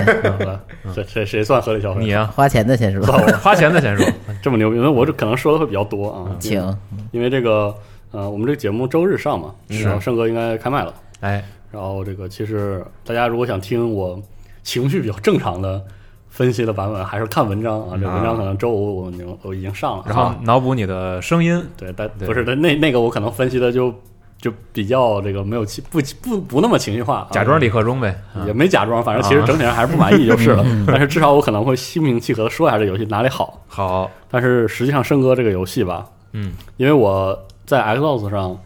D: 嗯这这谁算合理消 费？
B: 你 啊，
C: 花钱的先说，
B: 花钱的先说。
D: 这么牛逼，因为我这可能说的会比较多啊。
C: 请，
D: 因为这个呃，我们这个节目周日上嘛，
B: 是
D: 然后盛哥应该开麦了。
B: 哎，
D: 然后这个其实大家如果想听我情绪比较正常的分析的版本，还是看文章啊。这个文章可能周五我已经我已经上了，啊
B: 然后脑补你的声音，
D: 对，但
B: 对
D: 不是但那那个我可能分析的就就比较这个没有情不不不那么情绪化啊，
B: 假装啊李克忠呗。
D: 也没假装，反正其实整体上还是不满意就是 了。
B: 嗯
D: 但是至少我可能会心平气和的说一下这游戏哪里好。
B: 好，
D: 但是实际上，圣哥这个游戏吧，
B: 嗯，
D: 因为我在 Xbox 上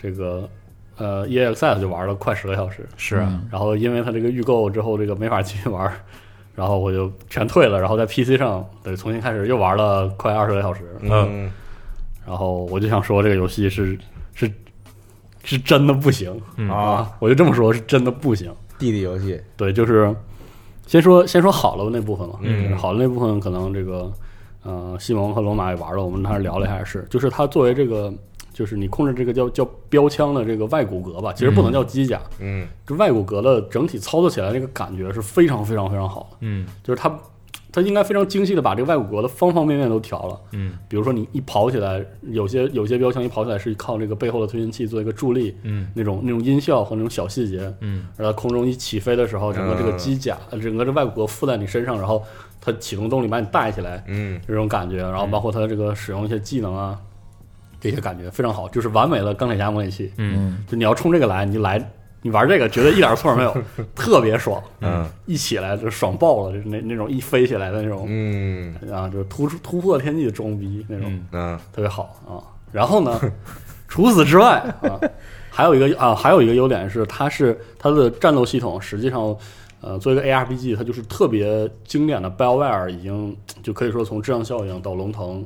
D: 这个呃 EXS 就玩了快十个小时，
B: 是啊，
D: 然后因为它这个预购之后这个没法继续玩， 然后我就全退了，然后在 PC 上得重新开始又玩了快二十个小时，
A: 嗯，
D: 然后我就想说这个游戏是是是真的不行
B: 嗯
A: 啊，
D: 我就这么说，是真的不行。
A: 弟弟游戏，
D: 对，就是先说先说好了那部分嘛，
A: 嗯
D: 就是好了那部分可能这个呃西蒙和罗马也玩了，我们当时聊了一下是，就是它作为这个就是你控制这个叫叫标枪的这个外骨骼吧，其实不能叫机甲，
A: 嗯
D: 这外骨骼的整体操作起来这个感觉是非常非常非常好的，
B: 嗯
D: 就是它它应该非常精细的把这个外骨骼的方方面面都调了。
B: 嗯
D: 比如说你一跑起来，有些有些标枪一跑起来是靠这个背后的推进器做一个助力，
B: 嗯
D: 那种那种音效和那种小细节，
B: 嗯
D: 然后空中一起飞的时候，整个这个
A: 嗯
D: 机甲，呃整个这外骨骼附在你身上，然后它启动动力把你带起来，
A: 嗯
D: 这种感觉，然后包括它这个使用一些技能啊，这些感觉非常好，就是完美的钢铁侠模拟器。
B: 嗯
C: 嗯
D: 就你要冲这个来，你就来，你玩这个绝对一点错没有，特别爽，
A: 嗯
D: 一起来就爽爆了，就是那那种一飞起来的那种，
A: 嗯
D: 啊，就是突出突破天际的装逼那种。
B: 嗯
A: 嗯
D: 特别好啊。然后呢， 除此之外啊，还有一个啊，还有一个优点是，它是它的战斗系统实际上，呃，作为一个 ARPG，它就是特别经典的 BioWare 已经就可以说从质量效应到龙腾，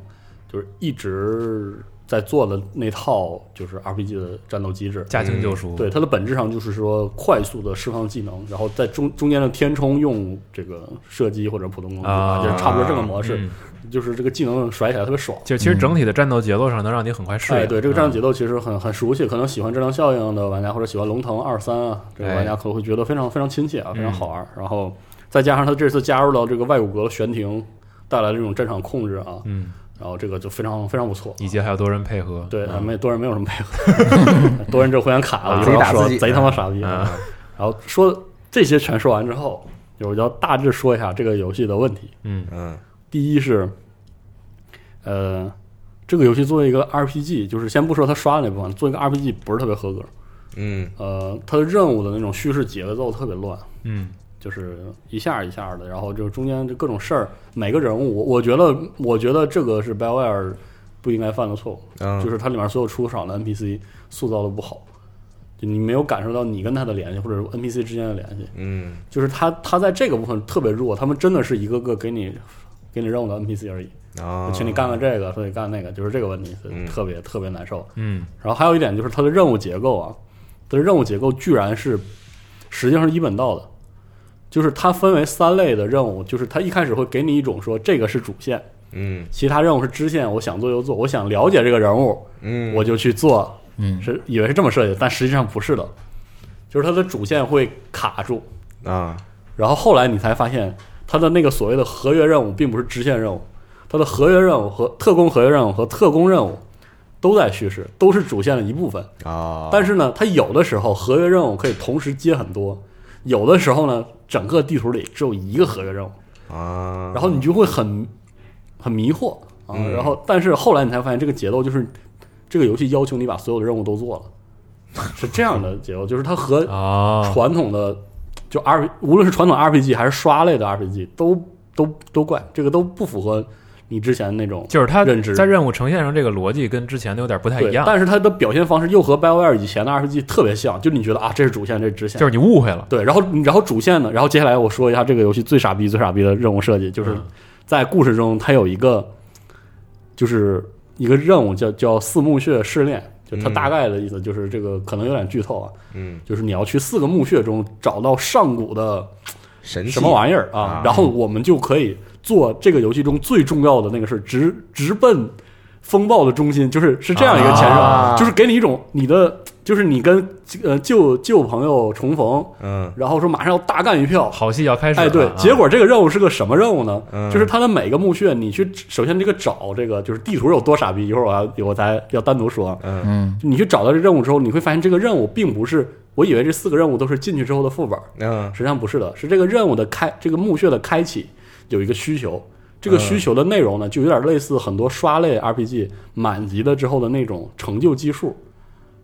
D: 就是一直在做的那套就是 RPG 的战斗机制。
B: 驾轻就熟。
D: 嗯对，它的本质上就是说快速的释放技能，然后在中中间的填充用这个射击或者普通攻击
B: 啊
D: 就是差不多这个模式，
B: 嗯，
D: 就是这个技能甩起来特别爽。
B: 就其实整体的战斗节奏上能让你很快适
D: 哎，
B: 应。
D: 对，这个战斗
B: 嗯
D: 节奏其实很很熟悉，可能喜欢《质量效应》的玩家或者喜欢《龙腾二三》啊，这个
A: 哎
D: 玩家可能会觉得非常非常亲切啊，非常好
A: 嗯
D: 玩。然后再加上他这次加入到这个外骨骼悬停，带来这种战场控制啊，
B: 嗯，
D: 然后这个就非常非常不错。
A: 嗯
B: 以及还有多人配合。
D: 对，
B: 嗯
D: 啊没多人没有什么配合， 多人这互相卡，我一
A: 啊自
D: 会
A: 己
D: 儿
A: 打
D: 要说
A: 自己
D: 贼他妈傻逼。啊
B: 嗯
D: 然后说这些全说完之后，我就要大致说一下这个游戏的问题。
B: 嗯
A: 嗯
D: 第一是，呃，这个游戏作为一个 RPG，就是先不说它刷的那部分，做一个 RPG 不是特别合格。
A: 嗯
D: 呃，它的任务的那种叙事节奏特别乱，
B: 嗯
D: 就是一下一下的，然后就中间这各种事儿，每个人物，我我觉得，我觉得这个是 BioWare 不应该犯的错误，
A: 嗯，
D: 就是它里面所有出场的 NPC 塑造的不好，就你没有感受到你跟他的联系，或者是 NPC 之间的联系。
A: 嗯
D: 就是他他在这个部分特别弱，他们真的是一个个给你给你任务的 NPC 而已，
A: 啊，
D: 就请你干干这个，说你干那个，就是这个问题，
A: 嗯
D: 特别特别难受。
B: 嗯
D: 然后还有一点就是它的任务结构啊，它的任务结构居然是实际上是一本道的，就是它分为三类的任务，就是它一开始会给你一种说这个是主线，
A: 嗯
D: 其他任务是支线，我想做就做，我想了解这个人物
A: 嗯，
D: 我就去做，
C: 嗯
D: 是以为是这么设计的，但实际上不是的，就是它的主线会卡住，
A: 啊，
D: 然后后来你才发现，他的那个所谓的合约任务并不是支线任务，他的合约任务和特工合约任务和特工任务都在叙事，都是主线的一部分。
A: 啊，
D: 但是呢，他有的时候合约任务可以同时接很多，有的时候呢，整个地图里只有一个合约任务，
A: 啊，
D: 然后你就会很很迷惑啊。
A: 嗯
D: 然后，但是后来你才发现，这个节奏就是这个游戏要求你把所有的任务都做了，是这样的节奏，就是它和
B: 哦，
D: 传统的就 R，无论是传统 RPG 还是刷类的 RPG，都都都怪这个都不符合你之前那种
B: 就是他
D: 认知
B: 在任务呈现上这个逻辑跟之前的有点不太
D: 对
B: 一，样，
D: 但是它的表现方式又和 BioWare 以前的 RPG 特别像，就你觉得啊，这是主线，这是支线，
B: 就是你误会了。
D: 对，然后然后主线呢，然后接下来我说一下这个游戏最傻逼最傻逼的任务设计，就是
B: 嗯
D: 在故事中它有一个就是一个任务叫叫四墓穴试炼，就它
B: 嗯
D: 大概的意思就是这个可能有点剧透啊，
A: 嗯，
D: 就是你要去四个墓穴中找到上古的
A: 神
D: 什么玩
A: 意
D: 意儿
A: 啊
D: 啊，然后我们就可以做这个游戏中最重要的那个事，直直奔风暴的中心，就是是这样一个前
A: 啊
D: 哨，就是给你一种你的，就是你跟呃旧旧朋友重逢，
A: 嗯
D: 然后说马上要大干一票。
B: 好戏要开始了。
D: 哎，对
B: 啊，
D: 结果这个任务是个什么任务呢？
A: 嗯
D: 就是它的每个墓穴，你去首先这个找这个，就是地图有多傻逼，一会儿我要我再要单独说啊。
A: 嗯
C: 嗯，
D: 你去找到这任务之后，你会发现这个任务并不是，我以为这四个任务都是进去之后的副本，
A: 嗯
D: 实际上不是的，是这个任务的开，这个墓穴的开启有一个需求，这
B: 嗯
D: 个需求的内容呢，就有点类似很多刷类 RPG 满级了之后的那种成就基数，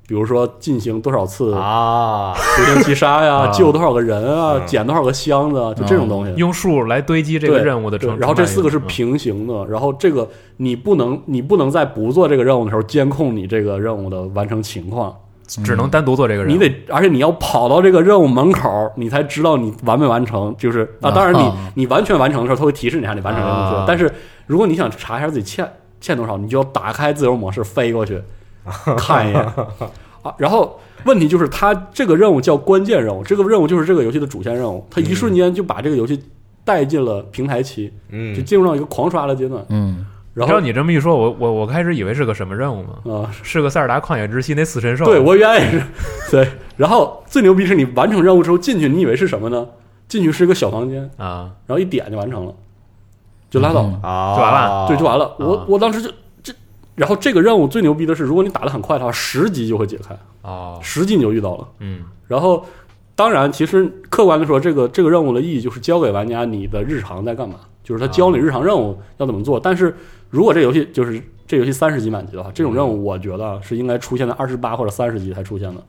D: 比如说进行多少次
B: 啊，
D: 流星击杀呀、
B: 啊嗯
D: 救多少个人啊、
A: 嗯
D: 捡多少个箱子啊，就这种东西。
B: 用数来堆积这
D: 对
B: 个任务的
D: 对
B: 成。
D: 然后这四个是
B: 成败啊
D: 平行的，然后这个你不能，你不能在不做这个任务的时候监控你这个任务的完成情况，
B: 嗯只能单独做这个任务。
D: 你得，而且你要跑到这个任务门口，你才知道你完没完成。就是啊，当然你、
C: 啊
D: 你完全完成的时候，它会提示你一下你完成任务去了。
B: 啊
D: 但是如果你想查一下自己欠欠多少，你就要打开自由模式飞过去看一眼啊。然后问题就是，它这个任务叫关键任务，这个任务就是这个游戏的主线任务，它一瞬间就把这个游戏带进了平台期，就
A: 嗯，
D: 进入到一个狂刷的阶段。
C: 嗯，
B: 你
D: 然
B: 知道
D: 后
B: 你这么一说，我我我开始以为是个什么任务吗？
D: 啊、
B: 是个塞尔达旷野之息那死神兽。
D: 对我原来也是， 对。然后最牛逼是你完成任务之后进去，你以为是什么呢？进去是一个小房间，
B: 啊，
D: 然后一点就完成了，就拉倒
C: 嗯
D: 了，
A: 啊
B: 就完了
D: 对，就完了。
B: 啊
D: 我我当时就这，然后这个任务最牛逼的是，如果你打得很快的话，十级就会解开，
B: 哦，
D: 十级你就遇到了。
B: 嗯
D: 然后，当然，其实客观的说，这个这个任务的意义就是教给玩家你的日常在干嘛，就是他教你日常任务要怎么做。但是如果这游戏就是这游戏三十级满级的话，这种任务我觉得啊是应该出现在二十八或者三十级才出现的。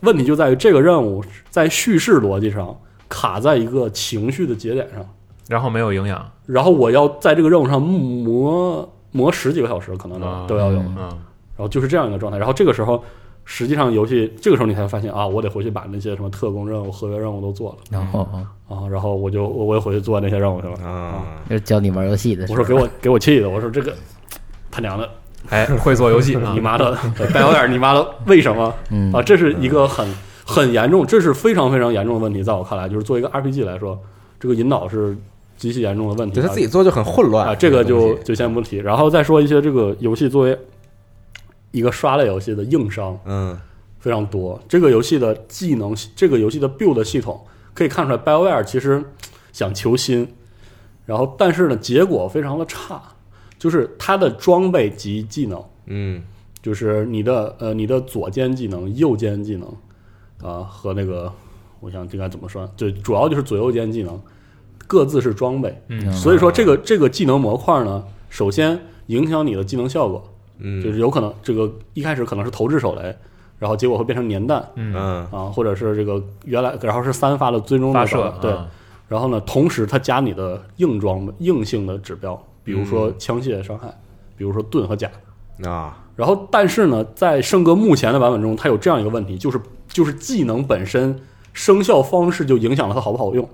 D: 问题就在于这个任务在叙事逻辑上卡在一个情绪的节点上，
B: 然后没有营养。
D: 然后我要在这个任务上磨磨十几个小时，可能都、
B: 啊
D: 都要有。
B: 嗯
D: 然后就是这样一个状态。然后这个时候，实际上游戏这个时候你才发现啊，我得回去把那些什么特工任务、合约任务都做了
C: 然后
A: 嗯
D: 啊，然后我就我我又回去做那些任务去了。
A: 啊，
C: 就是教你玩游戏的时
D: 我
C: 候，
D: 说给我给我气的，我说这个他娘的，
B: 哎，会做游戏 啊
D: 你！妈的，白小点你妈的，为什么
C: 嗯
D: 啊？这是一个很很严重，这是非常非常严重的问题，在我看来，就是作为一个 RPG 来说，这个引导是极其严重的问题。
A: 对他自
D: 己。
A: 己做就很混乱
D: 啊，这个
A: 东
D: 就
A: 西
D: 就先不提，然后再说一些这个游戏作为一个刷类游戏的硬伤
A: 嗯
D: 非常多。这个游戏的技能，这个游戏的 build 系统可以看出来，BioWare 其实想求新，然后但是呢，结果非常的差，就是它的装备及技能，
A: 嗯
D: 就是你的呃你的左肩技能、右肩技能啊、和那个我想这该怎么说，就主要就是左右肩技能各自是装备。
B: 嗯
D: 所以说这个这个技能模块呢，首先影响你的技能效果，就
A: 嗯
D: 是有可能这个一开始可能是投掷手雷，然后结果会变成粘弹
B: 嗯，
A: 嗯
D: 啊，或者是这个原来然后是三发的最终的
B: 发射
D: 对，
B: 啊
D: 然后呢，同时它加你的硬装备硬性的指标，比如
B: 嗯
D: 说枪械伤害，比如说盾和甲。
A: 啊
D: 然后但是呢，在圣哥目前的版本中，它有这样一个问题，就是就是技能本身生效方式就影响了它好不好用，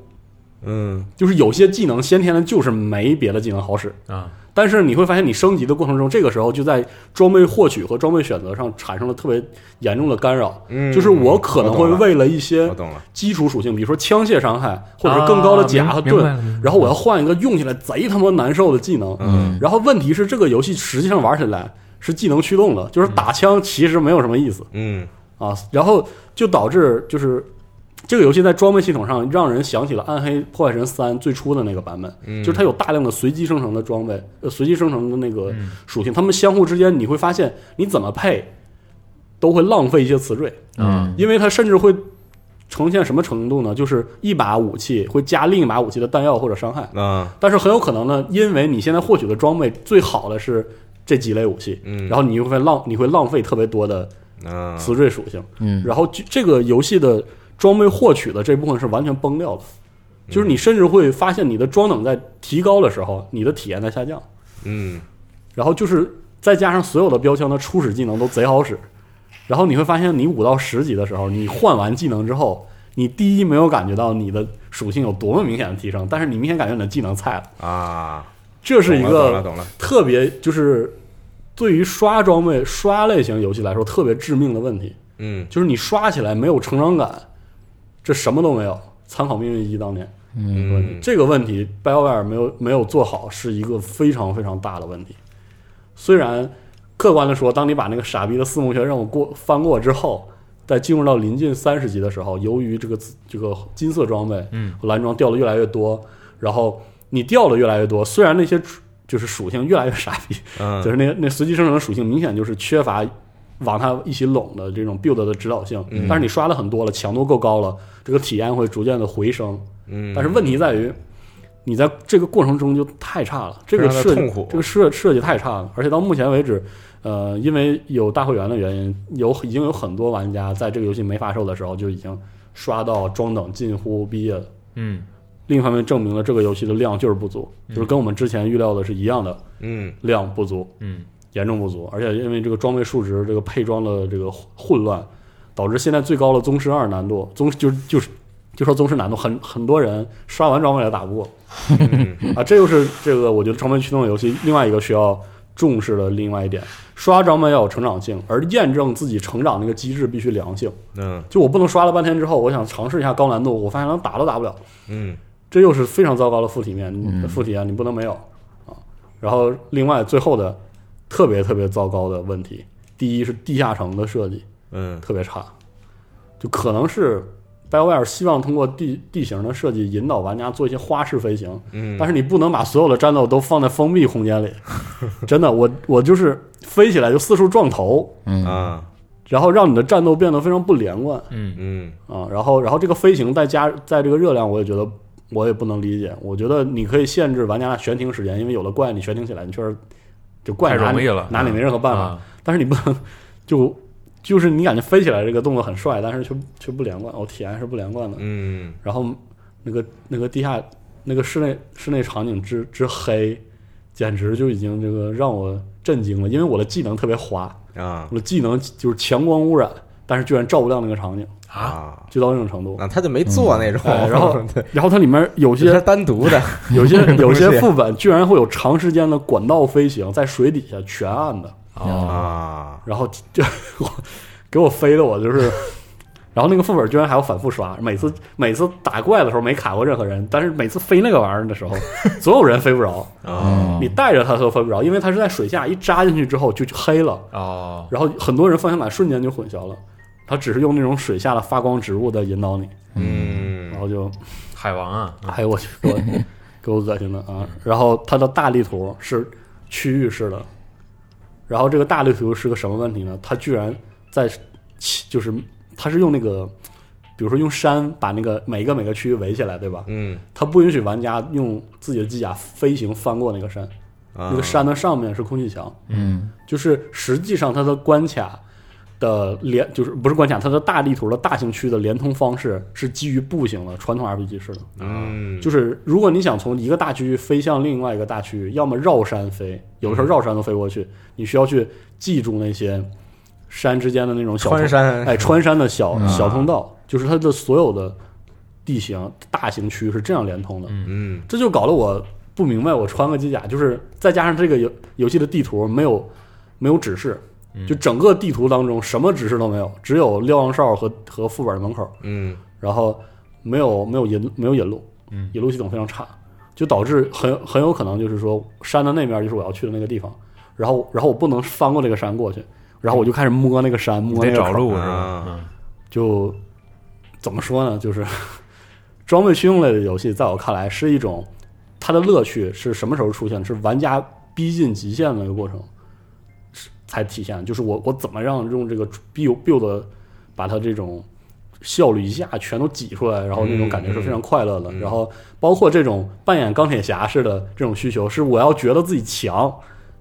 A: 嗯
D: 就是有些技能先天的就是没别的技能好使。
B: 啊，
D: 但是你会发现，你升级的过程中，这个时候就在装备获取和装备选择上产生了特别严重的干扰。
A: 嗯，
D: 就是我可能会为了一些
A: 我懂了，
D: 基础属性，比如说枪械伤害，或者是更高的甲和盾，
B: 啊明明白了明白了
D: 然后我要换一个用起来贼他妈难受的技能。
A: 嗯
D: 然后问题是，这个游戏实际上玩起来是技能驱动的，就是打枪其实没有什么意思
A: 嗯
D: 啊。然后就导致就是这个游戏在装备系统上让人想起了《暗黑破坏神三》最初的那个版本，
A: 嗯，
D: 就是它有大量的随机生成的装备，呃，随机生成的那个
A: 嗯
D: 属性，它们相互之间你会发现，你怎么配都会浪费一些词缀，
B: 嗯
D: 因为它甚至会呈现什么程度呢？就是一把武器会加另一把武器的弹药或者伤害，
A: 啊
D: 但是很有可能呢，因为你现在获取的装备最好的是这几类武器，
A: 嗯，
D: 然后你就会浪你会浪费特别多的
A: 啊
D: 词缀属性，
C: 嗯
D: 然后就这个游戏的装备获取的这部分是完全崩掉的，
A: 嗯
D: 就是你甚至会发现你的装等在提高的时候，你的体验在下降，
A: 嗯
D: 然后就是再加上所有的标枪的初始技能都贼好使，然后你会发现你五到十级的时候，你换完技能之后，你第一没有感觉到你的属性有多么明显的提升，但是你明显感觉你的技能菜了，
A: 啊，
D: 这是一
A: 懂了懂了
D: 个
A: 懂了，
D: 特别就是。对于刷装备、刷类型游戏来说特别致命的问题，
A: 嗯，
D: 就是你刷起来没有成长感，这什么都没有。参考《命运一》当年，
A: 嗯
D: 这个问题 BioWare 没有没有做好，是一个非常非常大的问题。虽然客观的说，当你把那个傻逼的四幕学任务过翻过之后，在进入到临近三十级的时候，由于这个这个金色装备，
B: 嗯，
D: 蓝装掉的越来越多，然后你掉的越来越多，虽然那些属就是属性越来越傻逼，
A: 嗯，
D: 就是那那随机生成的属性明显就是缺乏往它一起拢的这种 build 的指导性，
A: 嗯
D: 但是你刷的很多了，强度够高了，这个体验会逐渐的回升。
A: 嗯，
D: 但是问题在于，你在这个过程中就太差了，这个
A: 非常的
D: 设计
A: 痛苦
D: 这个设设计太差了，而且到目前为止，呃，因为有大会员的原因，有已经有很多玩家在这个游戏没发售的时候就已经刷到中等近乎毕业了。
B: 嗯
D: 另一方面，证明了这个游戏的量就是不足，就是跟我们之前预料的是一样的
A: 嗯
D: 量不足，
B: 嗯
D: 严重不足。而且因为这个装备数值、这个配装的这个混乱，导致现在最高的宗师二难度，宗就就是就说宗师难度，很很多人刷完装备也打不过。啊，这就是这个我觉得装备驱动游戏另外一个需要重视的另外一点，刷装备要有成长性，而验证自己成长那个机制必须良性。
A: 嗯
D: 就我不能刷了半天之后，我想尝试一下高难度，我发现连打都打不了，
A: 嗯
D: 这又是非常糟糕的副体面副体验，你不能没有啊。然后另外最后的特别特别糟糕的问题，第一是地下城的设计
A: 嗯
D: 特别差，就可能是 BioWare 希望通过地地形的设计引导玩家做一些花式飞行，
A: 嗯，
D: 但是你不能把所有的战斗都放在封闭空间里， 真的，我我就是飞起来就四处撞头，
C: 嗯
A: 啊
D: 然后让你的战斗变得非常不连贯。
B: 嗯
A: 嗯
D: 啊，然后然后这个飞行再加在这个热量，我也觉得我也不能理解。我觉得你可以限制玩家的悬停时间，因为有了怪你悬停起来，你确实就怪
B: 太
D: 拿
B: 容
D: 你
B: 易了
D: 拿你没任何办法。
B: 啊，
D: 但是你不能就就是你感觉飞起来这个动作很帅，但是却却不连贯，我、体验是不连贯的。
A: 嗯
D: 然后那个那个地下那个室内室内场景之之黑，简直就已经这个让我震惊了，因为我的技能特别滑，
A: 啊
D: 我的技能就是强光污染，但是居然照不亮那个场景，
A: 啊，
D: 就到这种程度。
A: 那他就没做那种，
D: 哎 然后
A: 对，
D: 然后它里面有
A: 这是
D: 些
A: 单独的，
D: 有些有
A: 东西
D: 些副本居然会有长时间的管道飞行，在水底下全暗的，
B: 哦
A: 啊，
D: 然后就 我给我飞的我就是，然后那个副本居然还要反复刷，每次每次打怪的时候没卡过任何人，但是每次飞那个玩意儿的时候，总有人飞不着，
A: 啊
D: 你带着它都飞不着，因为它是在水下一扎进去之后就就黑了，
B: 哦，
D: 然后很多人方向感瞬间就混淆了，它只是用那种水下的发光植物在引导你，然
A: 嗯
D: 后就
B: 海王啊，
D: 哎呦我去，给 我给我恶心的啊！然后它的大地图是区域式的，然后这个大地图是个什么问题呢？它居然在起就是它是用那个，比如说用山把那个每个每个区域围起来，对吧？
A: 嗯
D: 它不允许玩家用自己的机甲飞行翻过那个山，
A: 啊
D: 那个山的上面是空气墙，
C: 嗯
D: 就是实际上它的关卡。的连就是不是关卡，它的大地图的大型区的连通方式是基于步行的传统 RPG 式的，
A: 嗯
D: 就是如果你想从一个大区域飞向另外一个大区域，要么绕山飞，有的时候绕山都飞不过去，你需要去记住那些山之间的那种小
A: 穿
D: 通
A: 山
D: 哎，穿山的小、
C: 嗯
D: 小通道，就是它的所有的地形大型区是这样连通的，
A: 嗯
D: 这就搞得我不明白，我穿个机甲，就是再加上这个游游戏的地图没有没有指示，
A: 嗯
D: 就整个地图当中什么指示都没有，只有瞭望哨和和副本的门口，
A: 嗯
D: 然后没有没有引没有引路，
B: 嗯
D: 引路系统非常差，就导致很很有可能就是说山的那面就是我要去的那个地方，然后然后我不能翻过这个山过去，然后我就开始摸那个山，
B: 你
D: 摸那
B: 得
D: 个
B: 找
D: 口，
B: 路是吧
A: 啊？
B: 嗯
D: 就怎么说呢？就是 装备驱动类的游戏，在我看来是一种它的乐趣是什么时候出现？是玩家逼近极限的那个过程是才体现，就是我我怎么让用这个 build build 把它这种效率一下全都挤出来，然后那种感觉是非常快乐的。
A: 嗯嗯
D: 然后包括这种扮演钢铁侠式的这种需求，是我要觉得自己强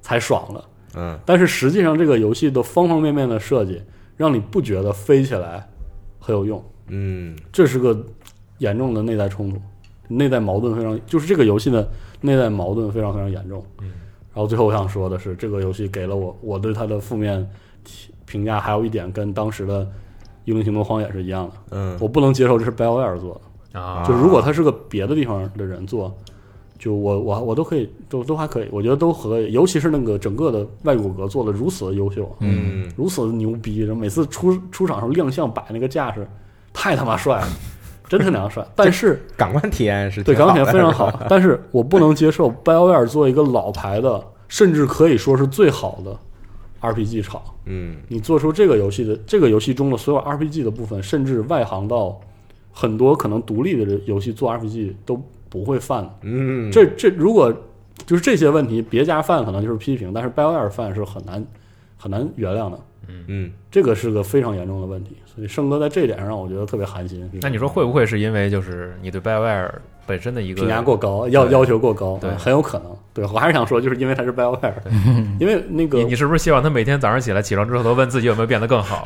D: 才爽的。
A: 嗯
D: 但是实际上，这个游戏的方方面面的设计，让你不觉得飞起来很有用，
A: 嗯
D: 这是个严重的内在冲突，内在矛盾非常，就是这个游戏的内在矛盾非常非常严重。嗯，然后最后我想说的是，这个游戏给了我我对它的负面提评价，还有一点跟当时的《幽灵行动：荒野》是一样的，
A: 嗯
D: 我不能接受这是 BioWare 做的。
B: 啊，
D: 就如果他是个别的地方的人做，就我我我都可以，都都还可以，我觉得都可以，尤其是那个整个的外骨骼做的如此的优秀，啊
A: 嗯，
D: 如此的牛逼，然后每次出出场时候亮相摆那个架势，太他妈帅了，真他娘 帅！但是
A: 感官体验是
D: 对
A: 挺
D: 钢
A: 好
D: 铁
A: 的
D: 非常
A: 是吧
D: 好， 但是我不能接受 BioWare 做一个老牌的，甚至可以说是最好的 RPG 厂，
A: 嗯
D: 你做出这个游戏的这个游戏中的所有 RPG 的部分，甚至外行到很多可能独立的游戏做 RPG 都不会犯。
A: 嗯，
D: 这这如果就是这些问题，别家犯可能就是批评，但是 BioWare 犯是很难很难原谅的。
A: 嗯
D: 这个是个非常严重的问题，所以盛哥在这一点上让我觉得特别寒心。
B: 那你说会不会是因为就是你对 BioWare 本身的一个
D: 评价过高，要
B: 对
D: 要求过高，
B: 对
D: 嗯很有可能。对我还是想说，就是因为他 是 BioWare，因为那个
B: 你你是不是希望他每天早上起来起床之后都问自己有没有变得更好？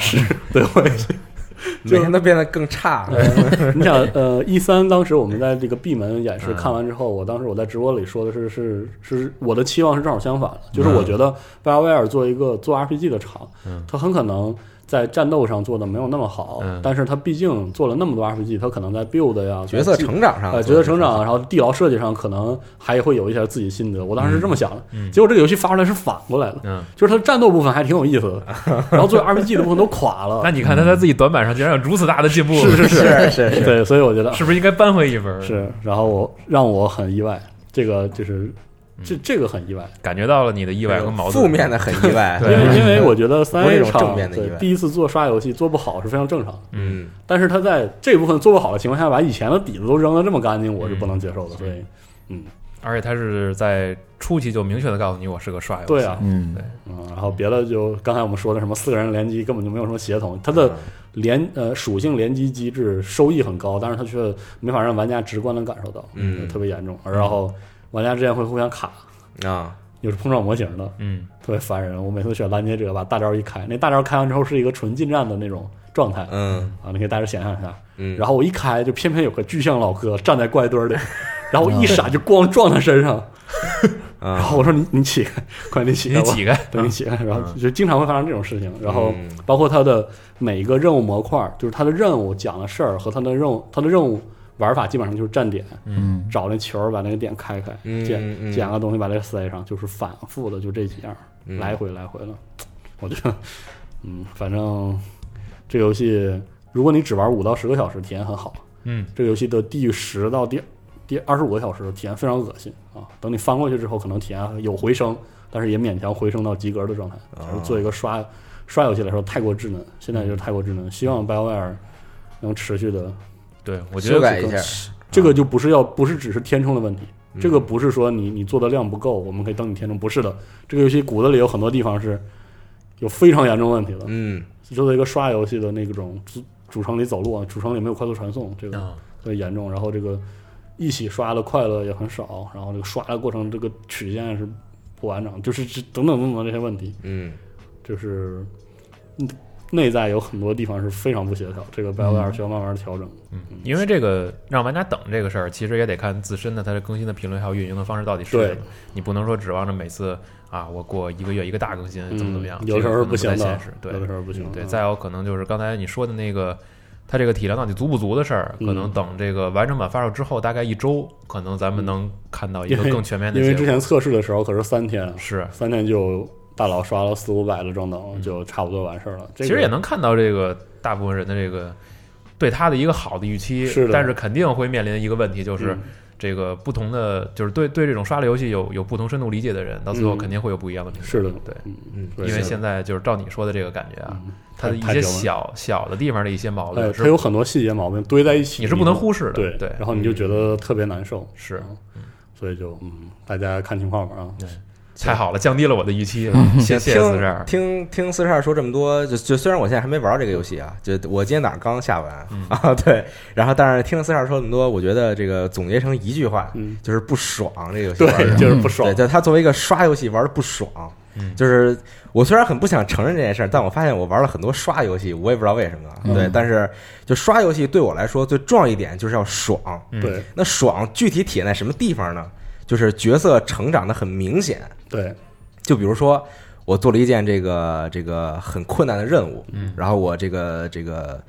D: 对我也
A: 每天都变得更差，
D: 你想， 呃，一三当时我们在这个闭门演
B: 嗯
D: 示看完之后，我当时我在直播里说的是是是我的期望是正好相反的，就是
B: 嗯
D: 我觉得 BioWare 做一个做 RPG 的厂，它很可能在战斗上做的没有那么好
B: 嗯，
D: 但是它毕竟做了那么多 RPG，它可能在 build 呀、
A: 角色
D: 在技
A: 成长上
D: 呃，角色成长，然后地牢设计上可能还会有一些自己心得。我当时是这么想的，
A: 嗯
D: 结果这个游戏发出来是反过来的，
B: 嗯，
D: 就是它的战斗部分还挺有意思 的，然后做 RPG 的部分都垮了
B: 那。你看他在自己短板上竟然有如此大的进步，
D: 是是是
A: 是是是，
D: 对，所以我觉得
B: 是不是应该扳回一分？
D: 是，然后我让我很意外，这个就是
A: 嗯
D: 这这个很意外，
B: 感觉到了你的意外和矛盾，
A: 负面的很意外，
D: 因
B: 对
D: 为因为我觉得三
A: 不是
D: A
A: 一种
D: 厂
A: 正面的意
D: 对
A: 外
D: 第一次做刷游戏做不好是非常正常的，
A: 嗯
D: 但是他在这部分做不好的情况下，把以前的底子都扔得这么干净，我是不能接
A: 嗯
D: 受的，所以
B: 而且他是在初期就明确的告诉你我是个刷游戏，
D: 对啊，
C: 嗯，
D: 嗯，然后别的就刚才我们说的什么四个人联机根本就没有什么协同，它的联呃属性联机机制收益很高，但是它却没法让玩家直观的感受到，
A: 嗯
D: 特别严重，然后玩家之间会互相卡，
A: 啊，
D: 有是碰撞模型的，
B: 嗯
D: 特别烦人。我每次选拦截者，把大招一开，那大招开完之后是一个纯近战的那种状态啊，
A: 嗯
D: 你可以大致想象一下。
A: 嗯，
D: 然后我一开，就偏偏有个巨像老哥站在怪堆儿里，然后我一闪就咣撞他身上，
A: 后
D: 然后我说你你起开，快你起开
B: 你
D: 吧，
B: 几个？
D: 对你起开，然后就经常会发生这种事情。然后
A: 嗯
D: 包括他的每一个任务模块儿，就是他的任务讲的事儿和他的任务，他的任务玩法基本上就是站点，
C: 嗯，
D: 找那球儿把那个点开开，
A: 嗯嗯
D: 捡
A: 嗯
D: 捡个东西把这个塞上，就是反复的就这几样儿，
A: 嗯
D: 来回来回的。我觉得，嗯，反正这游戏如果你只玩五到十个小时，体验很好。
B: 嗯，
D: 这个游戏的第十到第第二十五个小时体验非常恶心啊！等你翻过去之后，可能体验有回升，但是也勉强回升到及格的状态。就是做一个刷刷游戏来说，太过稚嫩，现在就是太过稚嫩。希望 BioWare 能持续的
B: 对，我觉
A: 修
B: 得
A: 改一下，
D: 这个就不是要不是只是填充的问题，这个不是说你你做的量不够，我们可以等你填充，不是的。这个游戏骨子里有很多地方是有非常严重问题的。
A: 嗯
D: 作为一个刷游戏的那种主主城里走路，啊，主城里没有快速传送，这个
B: 啊
D: 特别严重。然后这个一起刷的快乐也很少，然后这个刷的过程这个曲线是不完整，就是这等等等等这些问题，
A: 嗯
D: 就是嗯内在有很多地方是非常不协调，这个
B: 嗯
D: BioWare 需要慢慢调整。
B: 因为这个让玩家等这个事儿，其实也得看自身的它的更新的频率还有运营的方式到底是什
D: 对
B: 么。你不能说指望着每次啊，我过一个月一个大更新怎么怎么样，
D: 嗯有时候
B: 这个
D: 是不
B: 可能
D: 行
B: 不太
D: 的
B: 现实，，对
D: 有的时候不行的。
B: 对。再有可能就是刚才你说的那个。它这个体量到底足不足的事儿，可能
D: 嗯
B: 等这个完整版发售之后，大概一周，可能咱们能看 到一个
D: 因为
B: 更全面的
D: 因
B: 结
D: 为
B: 果
D: 之。前测试的时候可是三天，
B: 是，
D: 三天就大佬刷了四五百了，中等就差不多完事儿了。
B: 嗯
D: 这
B: 其
D: 个
B: 实也能看到这个大部分人的这个对他的一个好的预期，
D: 是的
B: 但是肯定会面临一个问题，就是
D: 嗯
B: 这个不同的，就是对对这种刷了游戏有有不同深度理解的人，到最后
D: 嗯
B: 肯定会有不一样的评价。
D: 是的
B: 对，
A: 嗯，
D: 对
B: 因为
D: 是的
B: 现在就是照你说的这个感觉啊，
D: 嗯
B: 它的一
D: 太
B: 些
D: 太绝
B: 小小的地方的一些矛
D: 哎，
B: 盾
D: 它
B: 是
D: 有很多细节毛病堆在一起，
B: 你是不能忽视的，
D: 对
B: 对，嗯
D: 然后你就觉得特别难受，
B: 是
D: 所以就嗯，大家看情况吧啊。
B: 太好了，降低了我的预期，谢谢四十
A: 听
B: 二，
A: 听听四十二说这么多，就就虽然我现在还没玩到这个游戏啊，就我今天早上刚下完、啊，对，然后但是听了四十二说这么多，我觉得这个总结成一句话，
D: 嗯
A: 就是不爽这个游戏玩
D: 对，
A: 的，
D: 就是不爽
A: 嗯对，。就他作为一个刷游戏玩的不爽，就是我虽然很不想承认这件事儿，但我发现我玩了很多刷游戏，我也不知道为什么，对，但是就刷游戏对我来说最重要一点就是要爽，
B: 嗯
D: 对
A: 那爽具体体现在什么地方呢？就是角色成长的很明显，
D: 对，
A: 就比如说，我做了一件这个这个很困难的任务，嗯，然后我这个这个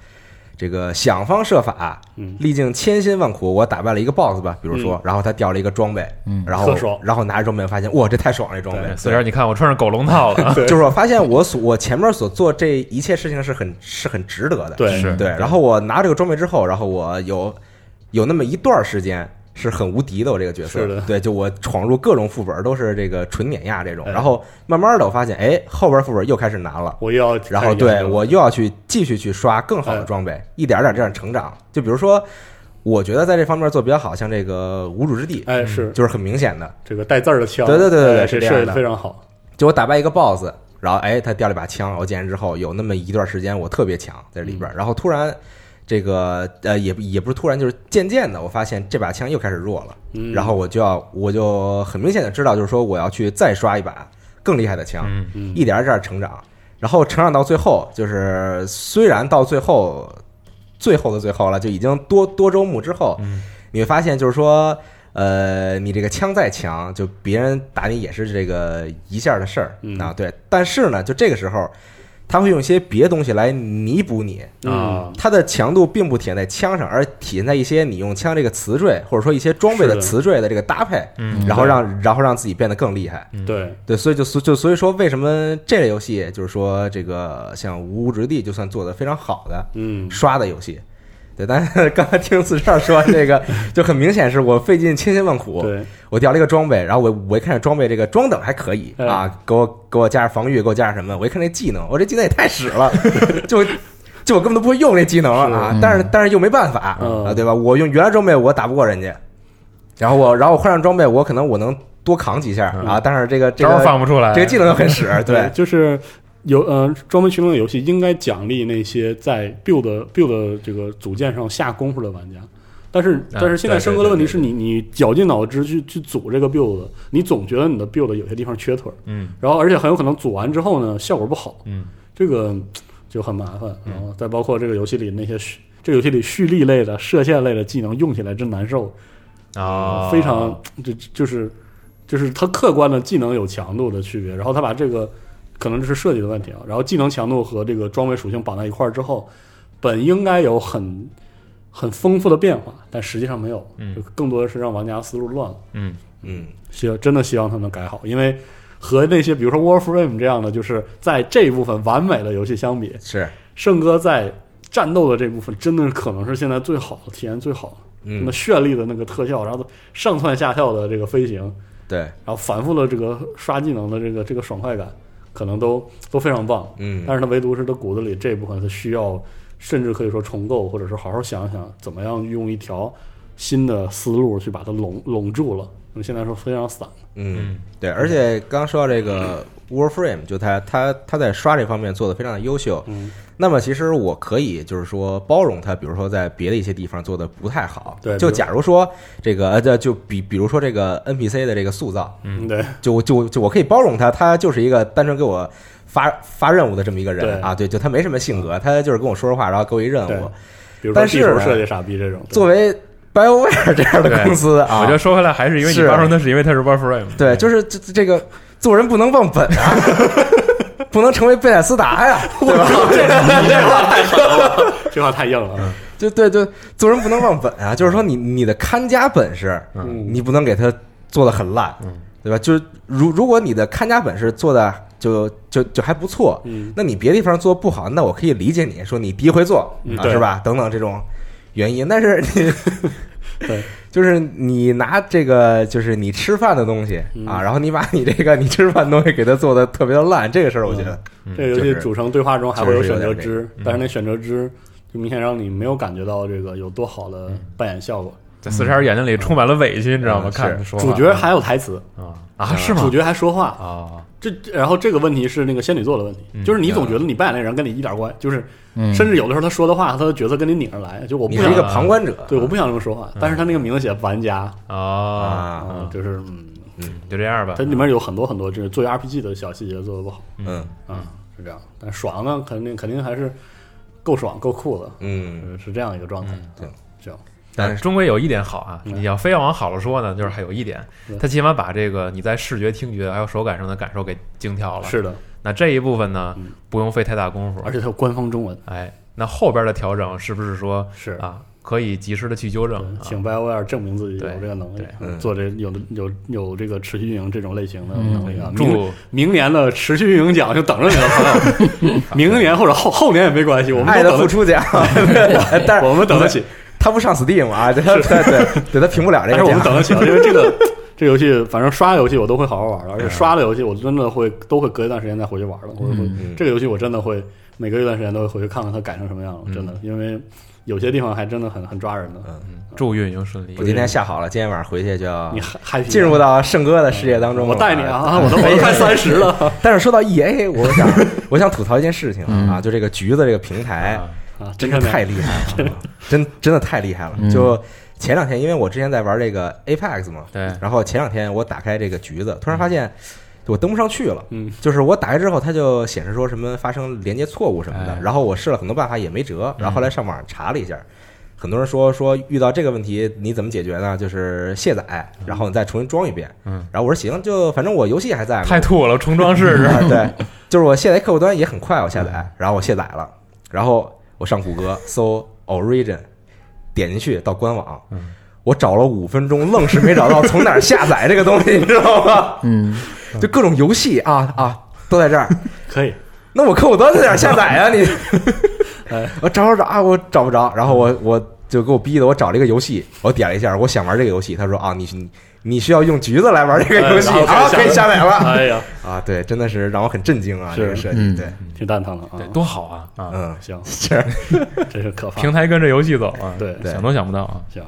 A: 这个想方设法，
D: 嗯
A: 历尽千辛万苦，我打败了一个 BOSS 吧，比如说，然后他掉了一个装备，
C: 嗯
A: 然后
D: 特爽
A: 然后拿着装备发现，哇，这太爽了，这装备
D: 对。
B: 虽然你看我穿上狗笼套了，
A: 就是我发现我所我前面所做这一切事情是很是很值得的，
D: 对
B: 是
A: 对。然后我拿这个装备之后，然后我有有那么一段时间是很无敌的，我这个角色，
D: 是的
A: 对，就我闯入各种副本都是这个纯碾压这种。
D: 哎
A: 然后慢慢的我发现，哎，后边副本又开始难了。
D: 我又要
A: 然
D: 开
A: 后
D: 始研
A: 对
D: 究哎
A: 我又要去继续去刷更好的装备，一点儿点儿这样成长。就比如说，我觉得在这方面做比较好，像这个无主之地，
D: 哎是
A: 嗯就是很明显的，
D: 这个带字儿的枪，
A: 对对对对对
D: 哎
A: 是
D: 这
A: 这样
D: 设计
A: 的
D: 得非常好，
A: 就我打败一个 BOSS，然后哎，他掉了一把枪，我进来之后有那么一段时间我特别强在里边儿，然后突然这个呃也也不是突然，就是渐渐的我发现这把枪又开始弱了，
D: 嗯
A: 然后我就要我就很明显的知道，就是说我要去再刷一把更厉害的枪，
B: 嗯，
D: 嗯
A: 一点儿一点儿成长，然后成长到最后，就是虽然到最后，最后的最后了，就已经多多周目之后，
B: 嗯
A: 你会发现就是说，呃，你这个枪再强，就别人打你也是这个一下的事儿、
D: 嗯
A: 啊，对。但是呢，就这个时候，他会用一些别的东西来弥补你，
D: 啊
A: 它的强度并不体现在枪上，而体现在一些你用枪这个词缀，或者说一些装备
D: 是
A: 的
D: 的
A: 词缀的这个搭配，
B: 嗯
A: 然后让然后让自己变得更厉害。
D: 嗯对
A: 对，所以就所就所以说，为什么这类游戏就是说这个像《无物之地》就算做的非常好的
D: 嗯
A: 刷的游戏，对，但是 刚才听四少说这个，就很明显是我费尽千辛万苦，
D: 对
A: 我掉了一个装备，然后我我一看这装备这个装等还可以
D: 哎
A: 啊，给我给我加上防御，给我加上什么，我一看这技能，我这技能也太屎了， 就。就我根本都不会用这技能了啊
C: 是！
A: 但是但是又没办法
D: 嗯
A: 啊，对吧？我用原来装备我打不过人家，然后我然后我换上装备，我可能我能多扛几下啊，但是这个这
B: 招
A: 个
B: 儿放不出来，
A: 这个技能很 屎，对
D: 嗯对，，就是有呃装备群众的游戏应该奖励那些在 build build 这个组件上下功夫的玩家。但是，但是现在
B: 啊对
D: 升格的问题
B: 对
D: 是你，你绞尽脑汁去去组这个 build，你总觉得你的 build 有些地方缺腿儿，
B: 嗯
D: 然后而且很有可能组完之后呢，效果不好，
B: 嗯
D: 这个嗯就很麻烦。然后再包括这个游戏里那些蓄这个游戏里蓄力类的、射线类的技能用起来真难受，
B: 啊，
D: 非常这就是就是它客观的技能有强度的区别，然后它把这个可能这是设计的问题啊，然后技能强度和这个装备属性绑在一块儿之后，本应该有很很丰富的变化，但实际上没有，
B: 嗯
D: 就更多的是让玩家思路乱了。
B: 嗯
A: 嗯，
D: 希真的希望他能改好，因为和那些比如说 Warframe 这样的，就是在这一部分完美的游戏相比，
A: 是，
D: 圣哥在战斗的这部分真的是可能是现在最好的，体验最好的。那
A: 嗯，
D: 绚丽的那个特效，然后上蹿下跳的这个飞行，
A: 对，
D: 然后反复的这个刷技能的这个这个爽快感，可能都都非常棒。
A: 嗯
D: 但，是它唯独是它骨子里这部分，它需要甚至可以说重构，或者是好好想想怎么样用一条新的思路去把它拢拢住了。那现在说非常散，
A: 嗯，对，而且刚刚说到这个 Warframe，就他他他在刷这方面做的非常的优秀。
D: 嗯，
A: 那么其实我可以就是说包容他，比如说在别的一些地方做的不太好。
D: 对
A: 就
D: 比如
A: 假如说这个，呃就就比比如说这个 NPC 的这个塑造，
D: 嗯，对，
A: 就就就我可以包容他，他就是一个单纯给我发发任务的这么一个人
D: 对
A: 啊，对，就他没什么性格，他就是跟我说说话，然后给我一任
D: 对
A: 务。
D: 比如说
A: 但是
D: 地图
A: 呢
D: 设计傻逼这种，对
A: 作为 BioWare 这样的
B: 对
A: 公司啊，
B: 我觉得说回来还是因为你
A: 是
B: 包容他，是因为他是 Warframe，
A: 对，就是这这这个做人不能忘本啊， 不能成为贝塞斯达呀，对吧？
D: 这话太硬了，
A: 就对对，做人不能忘本啊，就是说你你的看家本事，
D: 嗯
A: 你不能给他做的很烂，对吧？就是如如果你的看家本事做的就就就还不错，
D: 嗯
A: 那你别地方做不好，那我可以理解你说你第一回做
D: 嗯
A: 啊，
D: 对
A: 是吧？等等这种原因，但是 你
D: 对，
A: 就是你拿这个就是你吃饭的东西
D: 嗯
A: 啊，然后你把你这个你吃饭的东西给它做的特别的烂，这个事儿我觉得，
D: 这个
A: 嗯
D: 游
A: 就是
D: 戏主城对话中还会有
A: 确实有
D: 选择
A: 点这嗯
D: 肢，但是那选择肢就明显让你没有感觉到这个有多好的扮演效果。
B: 在四十二眼睛里充满了委屈，你知道吗？
A: 嗯
B: 看
A: 是嗯
B: 着说话
D: 主角还有台词
B: 啊啊是吗
D: 主？角还说话，
B: 啊，
D: 这然后这个问题是那个仙女座的问题，
A: 嗯
D: 就是你
A: 啊
D: 总觉得你扮演那人跟你一点关，就是甚至有的时候他说的话，他的角色跟你拧着来，就我不
A: 你是一
D: 想
A: 个旁观者，嗯
D: 对我不想这么说话，但是他那个名字写玩家
B: 啊，
A: 啊，
D: 啊，就是嗯，
B: 就这样吧
D: 它。里面有很多很多就是做 RPG 的小细节做的不好
A: 嗯
D: 啊，是这样，但爽呢，肯定肯定还是够爽够酷的，
A: 嗯，
D: 嗯，是这样一个状态，啊
A: 对，
D: 这样，
B: 但是终归有一点好啊，
D: 嗯
B: 你要非要往好了说呢，就是还有一点，它起码把这个你在视觉、听觉还有手感上的感受给精挑了。
D: 是的，
B: 那这一部分呢
D: 嗯，
B: 不用费太大功夫
D: 而，且它有官方中文，
B: 哎，那后边的调整是不是说
D: 是嗯
B: 啊可以及时的去纠正？
D: 对
B: 啊
D: 请 BioWare 证明自己有这个能力啊
B: 对，
A: 嗯
D: 做这有有有这个持续运营这种类型的能
A: 嗯
D: 力啊。明
B: 祝
D: 明年的持续运营奖就等着你了， 朋友。明年或者后后年也没关系，我们
A: 爱的
D: 都
A: 付
D: 等得
A: 出 奖，但是
D: 我们等得起，
A: 他不上 Steam 啊，对对对对，他评不了这
D: 但是
A: 个
D: 我们
A: 奖。
D: 等得起，因为 这个这游戏，反正刷游戏我都会好好玩的，而且刷了游戏我真的会都会隔一段时间再回去玩的。我会
A: 嗯
D: 这个游戏我真的会每隔一段时间都会回去看看它改成什么样
A: 嗯
D: 了，真的，因为有些地方还真的很很抓人的。
B: 祝运营顺利
A: 我。今天下好了，今天晚上回去就要
D: 你嗨嗨皮
A: 进入到盛哥的世界当中了。哎
D: 啊我带你啊，我都我都快三十了
A: 但是说到 E A，我 想我想吐槽一件事情啊，就这个橘子这个平台
B: 啊
D: 啊，
A: 真
D: 真
A: 的
D: 的
A: 太厉害了，真真的太厉害了。就前两天，因为我之前在玩这个 Apex 嘛，
B: 对
A: 然后前两天我打开这个橘子，突然发现我登不上去了。
D: 嗯，
A: 就是我打开之后，它就显示说什么发生连接错误什么的
B: 哎，
A: 然后我试了很多办法也没辙，然后后来上网查了一下。很多人说说遇到这个问题你怎么解决呢？就是卸载，然后你再重新装一遍。
B: 嗯，
A: 然后我说行，就反正我游戏还在嘛，
B: 太吐了，重装试试。
A: 啊，对， 就是我卸载客户端也很快，我下载，然后我卸载了，然后我上谷歌搜 Origin，点进去到官网，
D: 嗯
A: 我找了五分钟，愣是没找到从哪儿下载这个东西，你知道吗？
C: 嗯，
A: 就各种游戏啊啊都在这儿，
D: 可以，
A: 那我客户端在哪儿下载啊？你
D: 哎，
A: 我找找找啊，我找不着，然后我我就给我逼的，我找了一个游戏，我点了一下，我想玩这个游戏，他说啊，你你你需要用橘子来玩这个游戏，
D: 哎然
A: 啊，
D: 后
A: 可
D: 可
A: 以
D: 以
A: 下
D: 下
A: 载了。
D: 哎呀，
A: 啊，对，真的是让我很震惊啊，
D: 是
A: 这个设计，
C: 嗯
A: 对，
D: 挺蛋疼的啊
B: 对，，多好啊啊！
A: 嗯，
D: 行，
A: 是，
D: 真是可怕，
B: 平台跟着游戏走啊，
D: 对
A: 对
B: 想都想不到啊。
D: 行，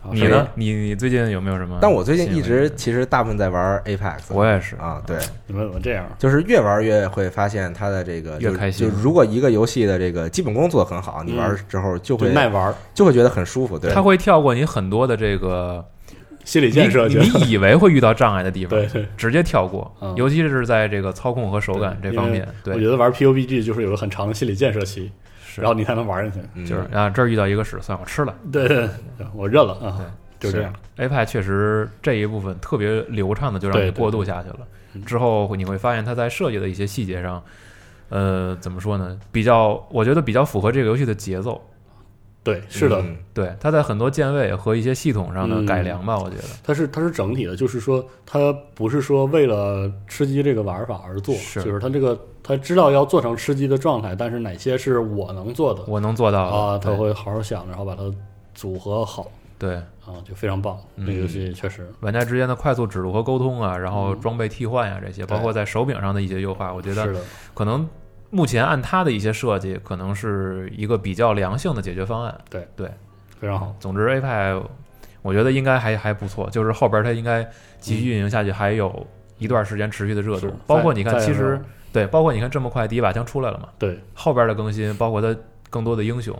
D: 好
B: 你呢？？你你最近有没有什么？嗯
A: 但我最近一直，其实大部分在玩 Apex，
B: 我也是
A: 啊，对，
D: 你们怎么这样？
A: 就是越玩越会发现它的这个
B: 越
A: 就
B: 开心
A: 就如果一个游戏的这个基本功做得很好，你
D: 嗯
A: 玩之后就
D: 就
A: 会
D: 耐玩儿，
A: 就会觉得很舒服，对，
B: 它会跳过你很多的这个
D: 心理
B: 你
D: 建设，觉得
B: 你以为会遇到障碍的地方，
D: 对对
B: 直接跳过
D: 嗯，
B: 尤其是在这个操控和手感这方面，
D: 因为我觉
B: 对，
D: 得玩 PUBG 就是有个很长的心理建设期，
B: 是
D: 然后你才能玩下去。
A: 嗯
B: 就是啊，这儿遇到一个屎，算我吃了。
D: 对对，对我认了啊，就这样。
B: A 派确实这一部分特别流畅的就让你
D: 对对嗯
B: 过渡下去了，之后你会发现它在设计的一些细节上，呃，怎么说呢？比较，我觉得比较符合这个游戏的节奏。
D: 对，是的，
A: 嗯
B: 对，它在很多键位和一些系统上的
D: 嗯
B: 改良吧，我觉得
D: 它是它是整体的，就是说它不是说为了吃鸡这个玩法而做，
B: 是
D: 就是它这个它知道要做成吃鸡的状态，但是哪些是我能做的
B: 我能做到的
D: 啊，他
B: 对
D: 会好好想，然后把它组合好
B: 对
D: 啊，就非常棒。这个游戏确实，
B: 玩家之间的快速指路和沟通
D: 嗯
B: 啊，然后装备替换呀、这些，包括在手柄上的一些优化，我觉
D: 是
B: 得
D: 的，
B: 可能目前按它的一些设计，可能是一个比较良性的解决方案。
D: 对
B: 对，
D: 非常好。
B: 总之 A 派，我觉得应该还还不错，就是后边它应该继续运营下去，还有一段时间持续的热
D: 是
B: 度。包括
D: 再
B: 你看，
D: 再
B: 其
D: 有
B: 实对，包括你看这么快第一把枪出来了嘛，
D: 对，
B: 后边的更新，包括它更多的英雄，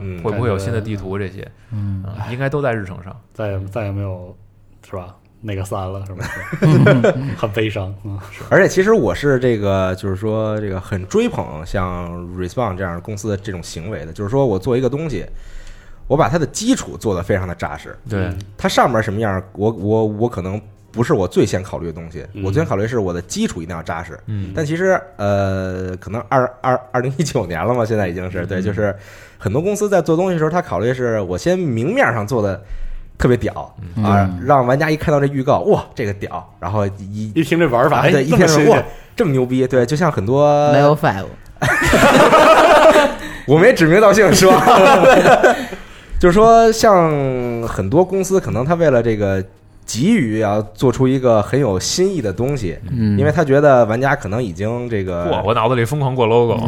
A: 嗯
B: 会不会有新的
D: 感觉
B: 地图这些，
C: 嗯，
B: 啊，应该都在日程上。
D: 再也再也没有是吧？那个三了是吧？很悲伤啊，
A: 而且其实我是这个，就是说这个很追捧像 Respawn 这样的公司的这种行为的，就是说我做一个东西，我把它的基础做得非常的扎实，
B: 对，
A: 它上面什么样，我我我可能不是我最先考虑的东西，
D: 嗯
A: 我最先考虑是我的基础一定要扎实。
B: 嗯，
A: 但其实，呃，可能二二二零一九年了嘛，现在已经
D: 嗯
A: 是对，就是很多公司在做东西的时候，他考虑是我先明面上做的特别屌
C: 嗯
A: 啊，让玩家一看到这预告，哇，这个屌，然后一
D: 一听这玩法，
A: 啊
D: 哎，
A: 对，一
D: 这么
A: 天
D: 新
A: 说哇
D: 鲜，
A: 这么牛逼，对，就像很多
C: Level Five，
A: 我没指名道姓说， 就是说，像很多公司可能他为了这个急于要做出一个很有新意的东西，
C: 嗯，
A: 因为他觉得玩家可能已经这
B: 我
A: 个，
B: 我脑子里疯狂过 logo，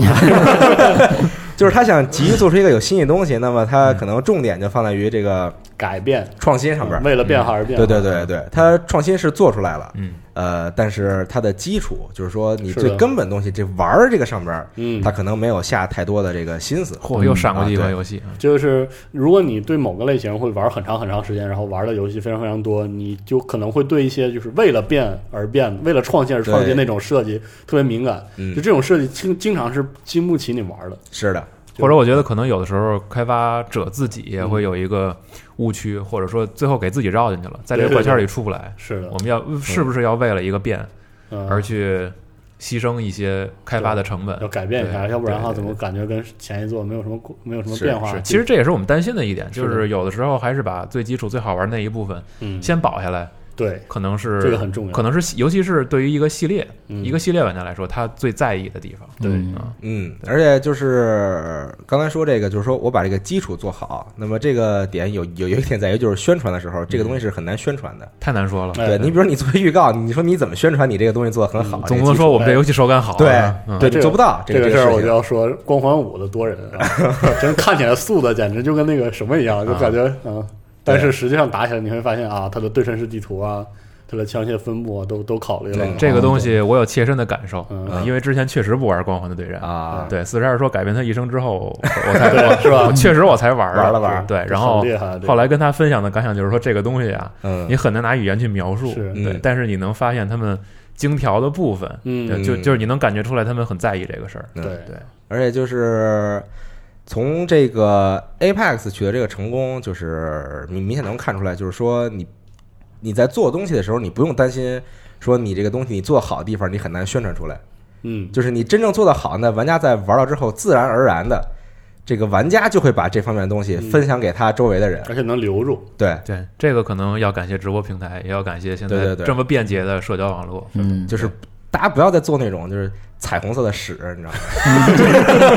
A: 就是他想急于做出一个有新意的东西，那么他可能重点就放在于这个
D: 改变嗯
A: 创新上边。
D: 为了变化而变化。
A: 嗯对对对对，他创新是做出来了，
B: 嗯，
A: 呃，但是它的基础就是说你
D: 是
A: 最
D: 的
A: 根本东西，这玩儿这个上边儿，
D: 嗯
A: 他可能没有下太多的这个心思。
B: 嚯，又闪过去一
A: 啊
B: 款
A: 对
B: 游戏，嗯
D: 就是如果你对某个类型会玩很长很长时间，然后玩的游戏非常非常多，你就可能会对一些就是为了变而变、为了创新而创
A: 对
D: 新那种设计特别敏感。
A: 嗯
D: 就这种设计经经常是经不起你玩的。
A: 是的，
B: 或者我觉得可能有的时候开发者自己也会有一个误区，或者说最后给自己绕进去了，在这个
D: 对对
B: 怪圈
A: 嗯
D: 对
B: 里出不来。
D: 是的
B: 我，们要是不是要为了一个变
D: 嗯
B: 而去牺牲一些开发的成本。
D: 要改变一下，
B: 对
D: 要不然的话，
A: 对对
D: 怎么感觉跟前一座没有什么没有什么
A: 是
D: 变化
A: 是？
B: 其实这也是我们担心的一点，就是是有的时候还是把最基础、最好玩的那一部分
D: 嗯，
B: 先保下来，
D: 对
B: 可能是
D: 这个很重要，
B: 可能是尤其是对于一个系列、
D: 嗯
B: 一个系列玩家来说，他最在意的地方。
D: 对
C: 嗯
B: 啊，
A: 嗯，而且就是刚才说这个，就是说我把这个基础做好，那么这个点有有有一点在于，就是宣传的时候，这个东西是很难宣传的。
B: 太难说了。
D: 哎
A: 对你，比如你做预告，你说你怎么宣传你这个东西做的很好？
B: 总不能说我们这游戏手感好啊。
A: 对
B: 嗯
A: 对
D: 这个
A: 做不到
D: 这
A: 个
D: 事儿，我就
A: 情。
D: 要说《光环五》的多人啊，真看起来素的简直就跟那个什么一样，就感觉啊，但是实际上打起来你会发现啊，它的对称式地图啊，它的枪械分布啊，都都考虑了
A: 对
B: 这个东西我有切身的感受，呃
D: 嗯
B: 因为之前确实不玩《光环的对战》。
A: 啊，
B: 对，四十二说改变他一生之后，我我才
D: 对是吧
B: 我确实我才玩儿
A: 玩了玩儿
B: 对，然后
D: 很厉害这个
B: 后来跟他分享的感想就是说，这个东西啊，
A: 嗯
B: 你，很难拿语言去描述，
D: 是
B: 对
A: 嗯，
B: 但是你能发现他们精调的部分，
D: 嗯
B: 对就
A: 嗯
B: 就是你能感觉出来他们很在意这个事儿，
A: 嗯
D: 对
B: 对，
A: 而且就是从这个 Apex 取得这个成功，就是明明显能看出来，就是说你你在做东西的时候，你不用担心说你这个东西你做好的地方你很难宣传出来，
D: 嗯，
A: 就是你真正做得好，那玩家在玩了之后，自然而然的。这个玩家就会把这方面的东西分享给他周围的人，
D: 而且能留住，
A: 对，
B: 对，这个可能要感谢直播平台，也要感谢现
A: 对
B: 在
A: 对对
B: 这么便捷的社交网络。
C: 嗯，
A: 就是大家不要再做那种就是彩虹色的屎，你知道吗？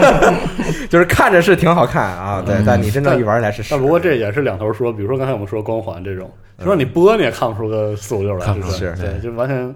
A: 就是看着是挺好看啊，对，但你真正一玩起来是屎。
D: 但不过这也是两头说，比如说刚才我们说光环这种，就说你播你也看不出个四五六来，
B: 看
D: 就
B: 不
A: 出
D: 是
B: 是
D: 对，就完全。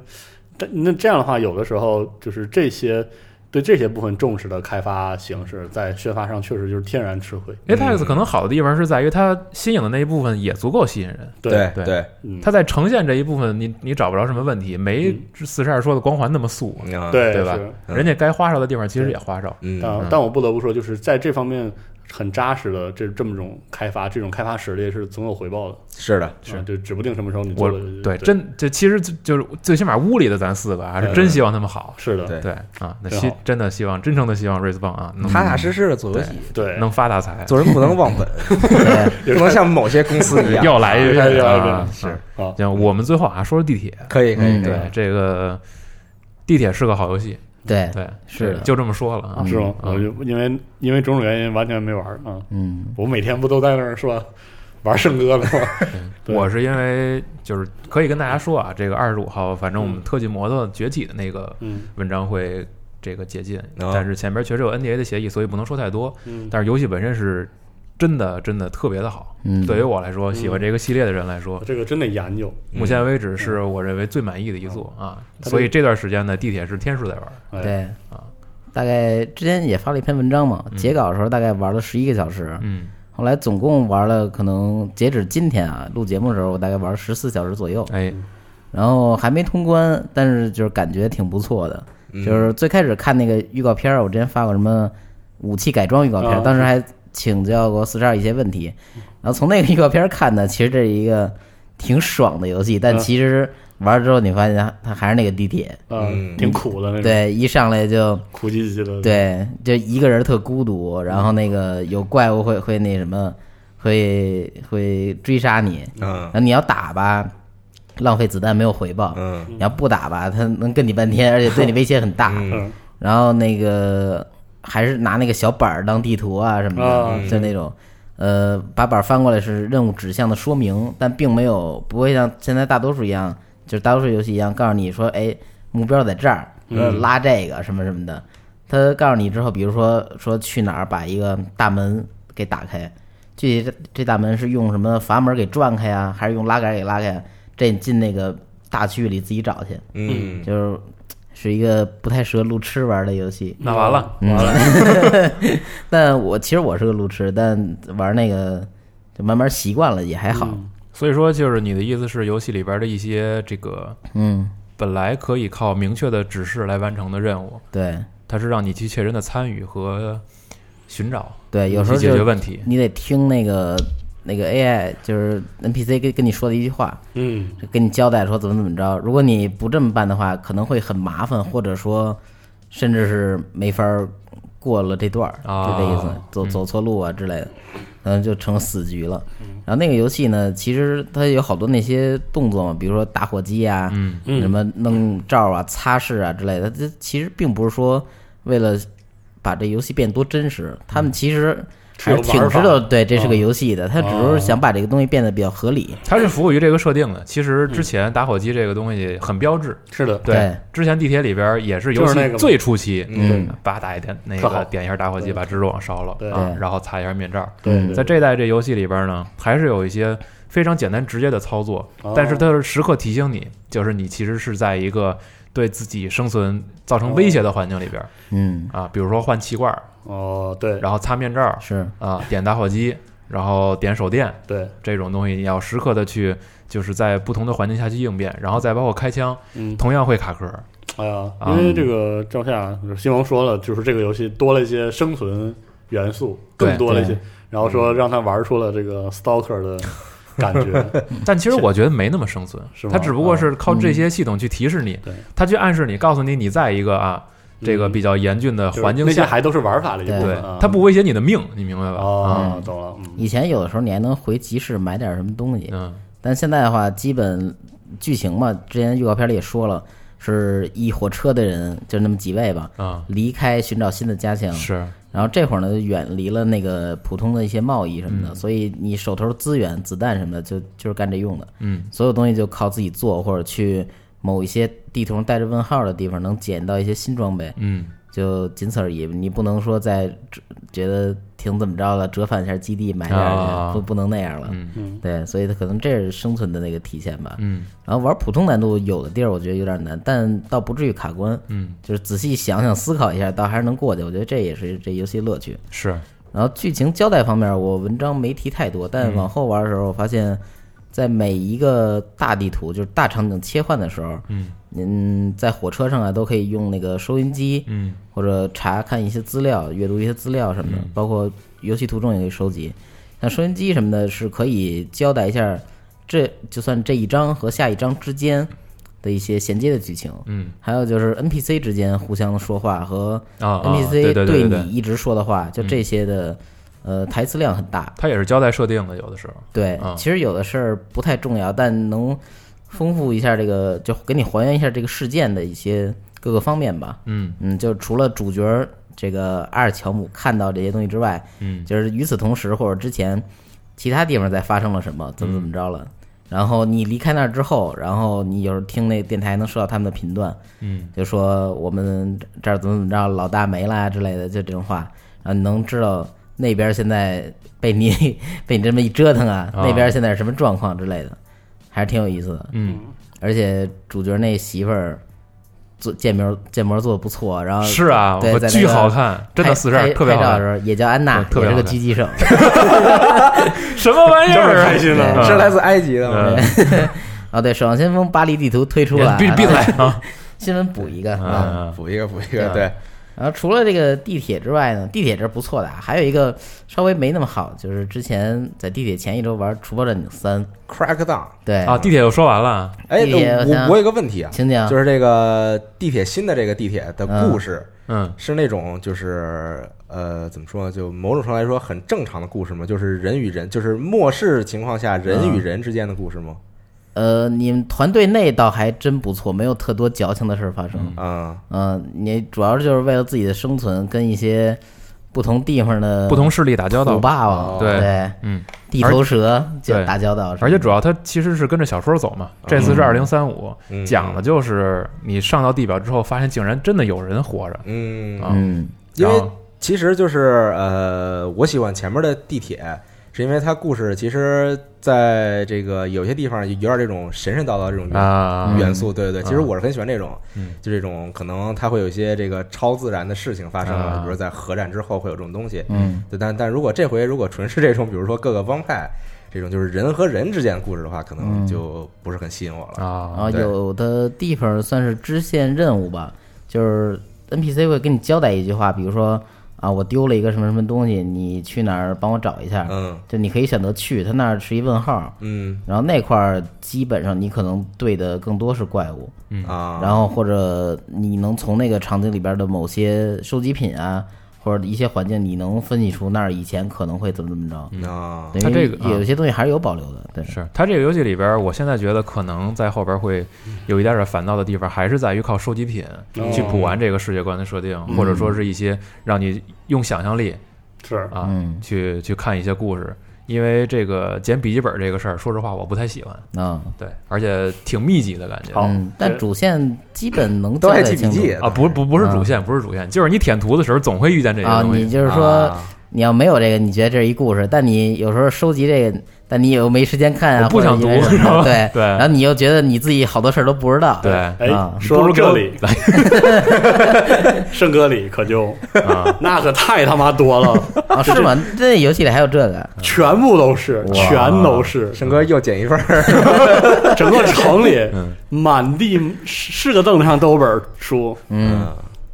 D: 但那这样的话，有的时候就是这些对这些部分重视的开发形式，在宣发上确实就是天然吃亏。
A: 嗯
B: Apex 可能好的地方是在于它新颖的那一部分也足够吸引人，
A: 对
B: 对
A: 对，
D: 嗯，
B: 它在呈现这一部分你你找不着什么问题，没四十二说的光环那么素，
A: 嗯
D: 对
B: 对吧
D: 是
A: 嗯
B: 人家该花哨的地方其实也花哨。
A: 嗯，
D: 啊但但我不得不说，就是在这方面很扎实的这这么种开发，这种开发实力是总有回报的，
A: 是的，
D: 是就指不定什么时候你
B: 我
D: 做的
B: 对真这其实就就是最起码屋里的咱四个啊，是真希望他们好。
D: 是的，
A: 对
B: 对啊，那
D: 真
B: 希
D: 好
B: 真的希望真诚的希望 r a z b o n 啊能
A: 踏踏实实的做游戏，
D: 对，
B: 能发大财，
A: 做人不能忘本，
C: 对
A: 不能像某些公司一样。
B: 要来一
D: 要来一
B: 个
D: 个
B: 啊
D: 是
B: 啊
D: 好，
B: 行，我们最后啊说说地铁，
A: 可以可以，
C: 嗯
A: 可以
B: 对这个地铁是个好游戏，
C: 对，
B: 对，
C: 是的
B: 就这么说了啊
D: 是哦吗？
B: 嗯
D: 我就因为因为种种原因完全没玩儿啊，
C: 嗯，
D: 我每天不都在那儿是吧？玩圣歌了吗？ 对
B: 我是因为就是可以跟大家说啊，这个二十五号，反正我们特技摩托崛起的那个
D: 嗯
B: 文章会这个解禁，
A: 哦
B: 但是前边确实有 NDA 的协议，所以不能说太多。
D: 嗯，
B: 但是游戏本身是真的真的特别的好，
C: 嗯
B: 对于我来说，喜欢这个系列的人来说
D: 我，这个真得研究，
B: 目前为止是我认为最满意的一座啊。
D: 它这
B: 所以这段时间呢，地铁是天数在玩。
D: 哎，
C: 对
B: 啊，
C: 大概之前也发了一篇文章嘛，
D: 嗯
C: 截稿的时候大概玩了十一个小时，
B: 嗯，
C: 后来总共玩了可能截止今天啊，录节目的时候我大概玩了十四小时左右，
B: 哎，
C: 然后还没通关，但是就是感觉挺不错的，
D: 嗯
C: 就是最开始看那个预告片儿，我之前发过什么武器改装预告片儿，
D: 啊嗯
C: 当时还请教过四十二一些问题，然后从那个预告片儿看呢，其实这是一个挺爽的游戏，但
D: 啊
C: 其实玩了之后你发现它它还是那个地铁，
D: 嗯，挺苦的那种，
C: 对，一上来就。
D: 苦唧唧的，，
C: 对，就一个人特孤独，然后那个有怪物会会那什么，会会追杀你，
A: 嗯
C: 然后你要打吧，浪费子弹没有回报，
A: 嗯
C: 你要不打吧，他能跟你半天，而且对你威胁很大，
D: 嗯
C: 然后那个还是拿那个小板儿当地图啊什么
D: 啊
C: 的，就那种。呃，把板儿翻过来是任务指向的说明，但并没有不会像现在大多数一样，就是大多数游戏一样，告诉你说，哎，目标在这儿，
D: 嗯
C: 拉这个什么什么的。他告诉你之后，比如说说去哪儿把一个大门给打开，具体这这大门是用什么阀门给转开呀，还是用拉杆给拉开呀？这你进那个大区域里自己找去，
A: 嗯，
C: 就是是一个不太适合路痴玩的游戏。
B: 那完了，
D: 完了，
C: 但我其实我是个路痴，但玩那个就慢慢习惯了，也还好。
B: 所以说就是你的意思是，游戏里边的一些这个
C: 嗯，
B: 本来可以靠明确的指示来完成的任务，
C: 对
B: 它是让你去切身的参与和寻找，
C: 对，有时候
B: 去嗯解决
C: 就嗯
B: 问题。
C: 你得听那个那个 AI，就是 NPC 跟跟你说的一句话，
D: 嗯，
C: 跟你交代说怎么怎么着。如果你不这么办的话，可能会很麻烦，或者说甚至是没法儿过了这段儿，
B: 啊嗯嗯
C: 就这意思，走走错路啊之类的，可能就成死局了。然后那个游戏呢，其实它有好多那些动作嘛，比如说打火机啊，
B: 嗯
D: 嗯
C: 什么弄罩啊、擦拭啊之类的，这其实并不是说为了把这游戏变多真实，他们其实还是挺知道对这是
B: 哦
C: 个游戏的，他只是想把这个东西变得比较合理。
B: 它是服务于这个设定的。其实之前打火机这个东西很标志，
D: 是的，
C: 对
B: 之前地铁里边也是，尤
D: 就是那
B: 其
D: 个
B: 最初期，
C: 嗯，
B: 叭打一点那
D: 特好
B: 个点一下打火机，
D: 对
B: 把蜘蛛网烧了
D: 对
B: 啊，然后擦一下面罩。
D: 对
B: 在这代这游戏里边呢，还是有一些非常简单直接的操作
D: 哦，
B: 但是它是时刻提醒你，就是你其实是在一个对自己生存造成威胁的环境里边
C: 嗯，
B: 啊，比如说换气罐，
D: 哦，对，
B: 然后擦面罩
C: 是
B: 啊，点打火机，然后点手电
D: 对，
B: 这种东西，你要时刻的去就是在不同的环境下去应变，然后再包括开枪，
D: 嗯，
B: 同样会卡壳。
D: 哎呀，
B: 啊
D: 因为这个照夏新王说了，就是这个游戏多了一些生存元素，
B: 对
D: 更多了一些
C: 对，
D: 然后说让他玩出了 这个 stalker 的感觉，
B: 但其实我觉得没那么生存
D: 嗯是，吗嗯
B: 它只不过是靠这些系统去提示你
D: 对，嗯
B: 它去暗示你，告诉你你在一个啊这个比较严峻的 环境
D: 就是那些
B: 下，
D: 还都是玩法的一部
B: 对
D: 分啊，，
B: 它不威胁你的命，你明白吧？啊，
D: 哦，懂了，嗯
C: 以前有的时候你还能回集市买点什么东西，
B: 嗯，
C: 但现在的话，基本剧情嘛，之前预告片里也说了，是一火车的人就那么几位吧，
B: 啊，
C: 离开寻找新的家
D: 嗯
C: 乡，
B: 是，
C: 然后这会儿呢，就远离了那个普通的一些贸易什么的，
B: 嗯
C: 所以你手头资源、子弹什么的，就就是干这用的。
B: 嗯，
C: 所有东西就靠自己做，或者去某一些地图上带着问号的地方能捡到一些新装备，
B: 嗯，
C: 就仅此而已。你不能说在这觉得挺怎么着了，折返一下基地买点儿去，
B: 啊
C: 不不能那样了。
B: 嗯
D: 嗯
C: 对，所以它可能这是生存的那个体现吧。
B: 嗯，
C: 然后玩普通难度有的地儿我觉得有点难，但倒不至于卡关。
B: 嗯，
C: 就是仔细想想、思考一下，倒还是能过去。我觉得这也是这游戏乐趣。
B: 是，
C: 然后剧情交代方面，我文章没提太多，
B: 嗯
C: 但往后玩的时候，我发现，在每一个大地图，就是大场景切换的时候，
B: 嗯
C: 嗯，在火车上啊，都可以用那个收音机，
B: 嗯，
C: 或者查看一些资料、阅读一些资料什么的，包括游戏途中也可以收集。像收音机什么的，是可以交代一下这就算这一章和下一章之间的一些衔接的剧情。
B: 嗯，
C: 还有就是 NPC 之间互相说话和
B: 啊啊，对
C: NPC
B: 对对嗯
C: 你
B: 对，
C: 一直说的话，就这些的，呃，台词量很大。
B: 它也是交代设定的，有的时候，
C: 对
B: 啊，
C: 其实有的事儿不太重要，但能丰富一下这个，就给你还原一下这个事件的一些各个方面吧。
B: 嗯
C: 嗯，就除了主角儿这个阿尔乔姆看到这些东西之外，
B: 嗯
C: 就是与此同时或者之前，其他地方在发生了什么，怎
B: 嗯
C: 么怎么着了。然后你离开那儿之后，然后你有时候听那电台能收到他们的频段，
B: 嗯，
C: 就说我们这儿怎么怎么着，老大没啦之类的，就这种话，然后你能知道那边现在被你 被你这么一折腾啊，
B: 啊
C: 那边现在是什么状况之类的，还是挺有意思的。
B: 嗯，
C: 而且主角那媳妇儿做建模建模做的不错，然后
B: 是啊，
C: 对
B: 我
C: 在那
B: 巨
C: 个
B: 好看，真的
C: 拍
B: 四十二
C: 拍
B: 特别好
C: 拍照的
B: 看
C: 时，候也叫安娜，
B: 对特别
C: 也是
B: 好
C: 个
B: 看
C: 狙击手，
B: 什么玩意
D: 这么
B: 儿
D: 开
B: 啊？
D: 心呢
B: 嗯，
A: 是来自埃及的吗？
B: 嗯
C: 啊，对，《守望先锋》巴黎地图推出了，
B: 闭闭嘴啊！
C: 新闻补一个啊。
B: 嗯，
A: 补一个，补一个，
C: 对
A: 对，
C: 然后除了这个地铁之外呢，地铁这儿不错的啊，还有一个稍微没那么好，就是之前在地铁前一周玩《除暴战警三》，
A: Crackdown。
C: 对
B: 啊，地铁又说完了，
A: 哎，
C: 地铁我想
A: 我我有个问题啊，
C: 请讲
A: 就是这个地铁新的这个地铁的故事
B: 嗯
A: 是那种就是呃怎么说呢，就某种程度来说很正常的故事吗？就是人与人，就是末世情况下人
C: 嗯
A: 与人之间的故事吗？
C: 呃，你们团队内倒还真不错，没有特多矫情的事儿发生。
A: 啊，
C: 嗯、你主要就是为了自己的生存，跟一些不同地方的
B: 不同势力打交
C: 土
B: 道，
C: 霸
A: 哦
C: 王，
B: 对
C: 对，
B: 嗯，
C: 地头蛇就
B: 对
C: 打交道什么的，
B: 而且主要它其实是跟着小说走嘛，这次是二零三五，
A: 嗯
B: 讲的就是你上到地表之后，发现竟然真的有人活着，
A: 嗯，
B: 啊
C: 嗯，
A: 因为
B: 然后
A: 其实就是呃，我喜欢前面的地铁，是因为它故事其实在这个有些地方有点这种神神叨叨这种元
B: 啊，
A: 元素，对对对，其实
B: 嗯
A: 我是很喜欢这种，
B: 嗯
A: 就这种可能它会有一些这个超自然的事情发生，
B: 啊
A: 比如在核战之后会有这种东西，
C: 嗯，
A: 对，但但如果这回如果纯是这种，比如说各个帮派这种就是人和人之间的故事的话，可能就不是很吸引我了。
C: 然后
B: 啊，
A: 对
C: 嗯有的地方算是支线任务吧，就是 NPC 会跟你交代一句话，比如说啊，我丢了一个什么什么东西，你去哪儿帮我找一下，
A: 嗯
C: 就你可以选择去，他那儿是一问号，
A: 嗯
C: 然后那块儿基本上你可能对的更多是怪物，
B: 嗯
C: 哦
A: 啊，
C: 然后或者你能从那个场景里边的某些收集品啊，或者一些环境，你能分析出那儿以前可能会怎么怎么着。
A: 啊，
C: 对
B: 它
C: 因为
B: 这个啊
C: 有些东西还是有保留的，对，
B: 是它这个游戏里边儿，我现在觉得可能在后边儿会有一点点烦恼的地方，还是在于靠收集品
D: 哦
B: 去补完这个世界观的设定，
C: 嗯
B: 或者说是一些让你用想象力
D: 是
B: 啊、
C: 嗯
B: 去去看一些故事。因为这个捡笔记本这个事儿，说实话我不太喜欢，
C: 啊，
B: 对，而且挺密集的感觉。
D: 好
C: 嗯，但主线基本能
A: 都
C: 交
A: 爱
C: 代
A: 记笔
C: 清楚
A: 记
B: 啊，不不不是主线，不是主线，就是你舔图的时候总会遇见这些
C: 嗯啊。
B: 东
C: 你
B: 西。
C: 就是说嗯
A: 啊，
C: 你要没有这个，你觉得这是一故事，但你有时候收集这个，但你又没时间看啊，
B: 我不想读
C: 或者因为什
B: 是吧
C: 么对
B: 对
C: 然后你又觉得你自己好多事儿都不知道，
B: 对
C: 啊
D: 哎，
B: 不
D: 说
B: 如
D: 到
B: 给
D: 这
B: 我
D: 里， 圣歌里可就
B: 啊，嗯
D: 那可太他妈多了，
C: 啊，是吗？这游戏里还有这个，
D: 全部都是，全都是，
A: 申哥又捡一份儿，
D: 整个城里
B: 嗯
D: 满地是是个凳子上都有本书，
C: 嗯，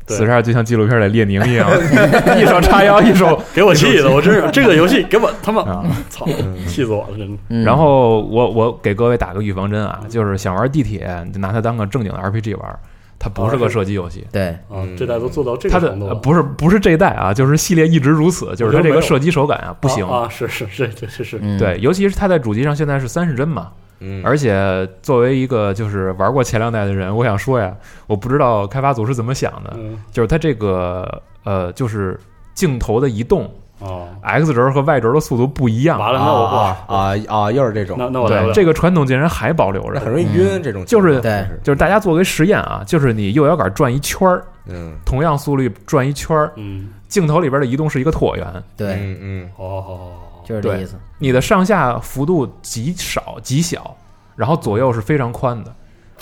D: 对
B: 此十二就像纪录片里列宁一样， 一手叉腰，一手
D: 给我气的，我真是这个游戏给我他妈
B: 啊。
D: 操，气死我了，真的。
C: 嗯
B: 然后我我给各位打个预防针啊，就是想玩地铁，你就拿它当个正经的 RPG 玩，它不是个射击游戏。
C: 对，
D: 啊
A: 嗯，
D: 这代都做到这
B: 它
D: 个
B: 的
D: 程度
B: 呃
D: 了，
B: 不是不是这一代啊，就是系列一直如此，就是它这个射击手感啊不行。
D: 啊！啊是是是，这是是，
C: 嗯，
B: 对，尤其是它在主机上现在是三十帧嘛，
A: 嗯
B: 而且作为一个就是玩过前两代的人，我想说呀，我不知道开发组是怎么想的，
D: 嗯
B: 就是它这个呃，就是镜头的移动
D: 哦，
B: x 轴和 y 轴的速度不一样。
D: 完了，那我不玩
A: 啊，啊啊，又是这种，
D: 那那我来不
B: 对，
D: 了。
B: 这个传统竟然还保留
A: 那
B: 着
A: 很，容易晕这种情
B: 就
A: 况，
B: 是
C: 对
B: 就是大家做个实验啊，就是你右摇杆转一圈儿，
A: 嗯
B: 同样速率转一圈儿，
D: 嗯，
B: 镜头里边的移动是一个椭圆，
C: 对，
A: 嗯嗯
D: 好好好，
C: 就是这意思，
B: 你的上下幅度极少极小，然后左右是非常宽的。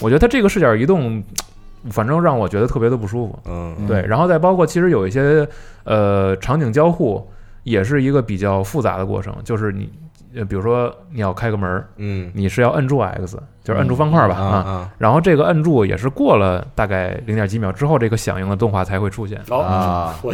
B: 我觉得它这个视角移动，反正让我觉得特别的不舒服。
A: 嗯
C: 嗯
B: 对，然后再包括其实有一些呃场景交互，也是一个比较复杂的过程，就是你。呃，比如说你要开个门儿，
A: 嗯
B: 你是要摁住 X，就是摁住方块吧、
A: 啊
B: 啊，
A: 啊
B: 然后这个摁住也是过了大概零点几秒之后，这个响应的动画才会出现。
D: 好
A: 啊，
D: 我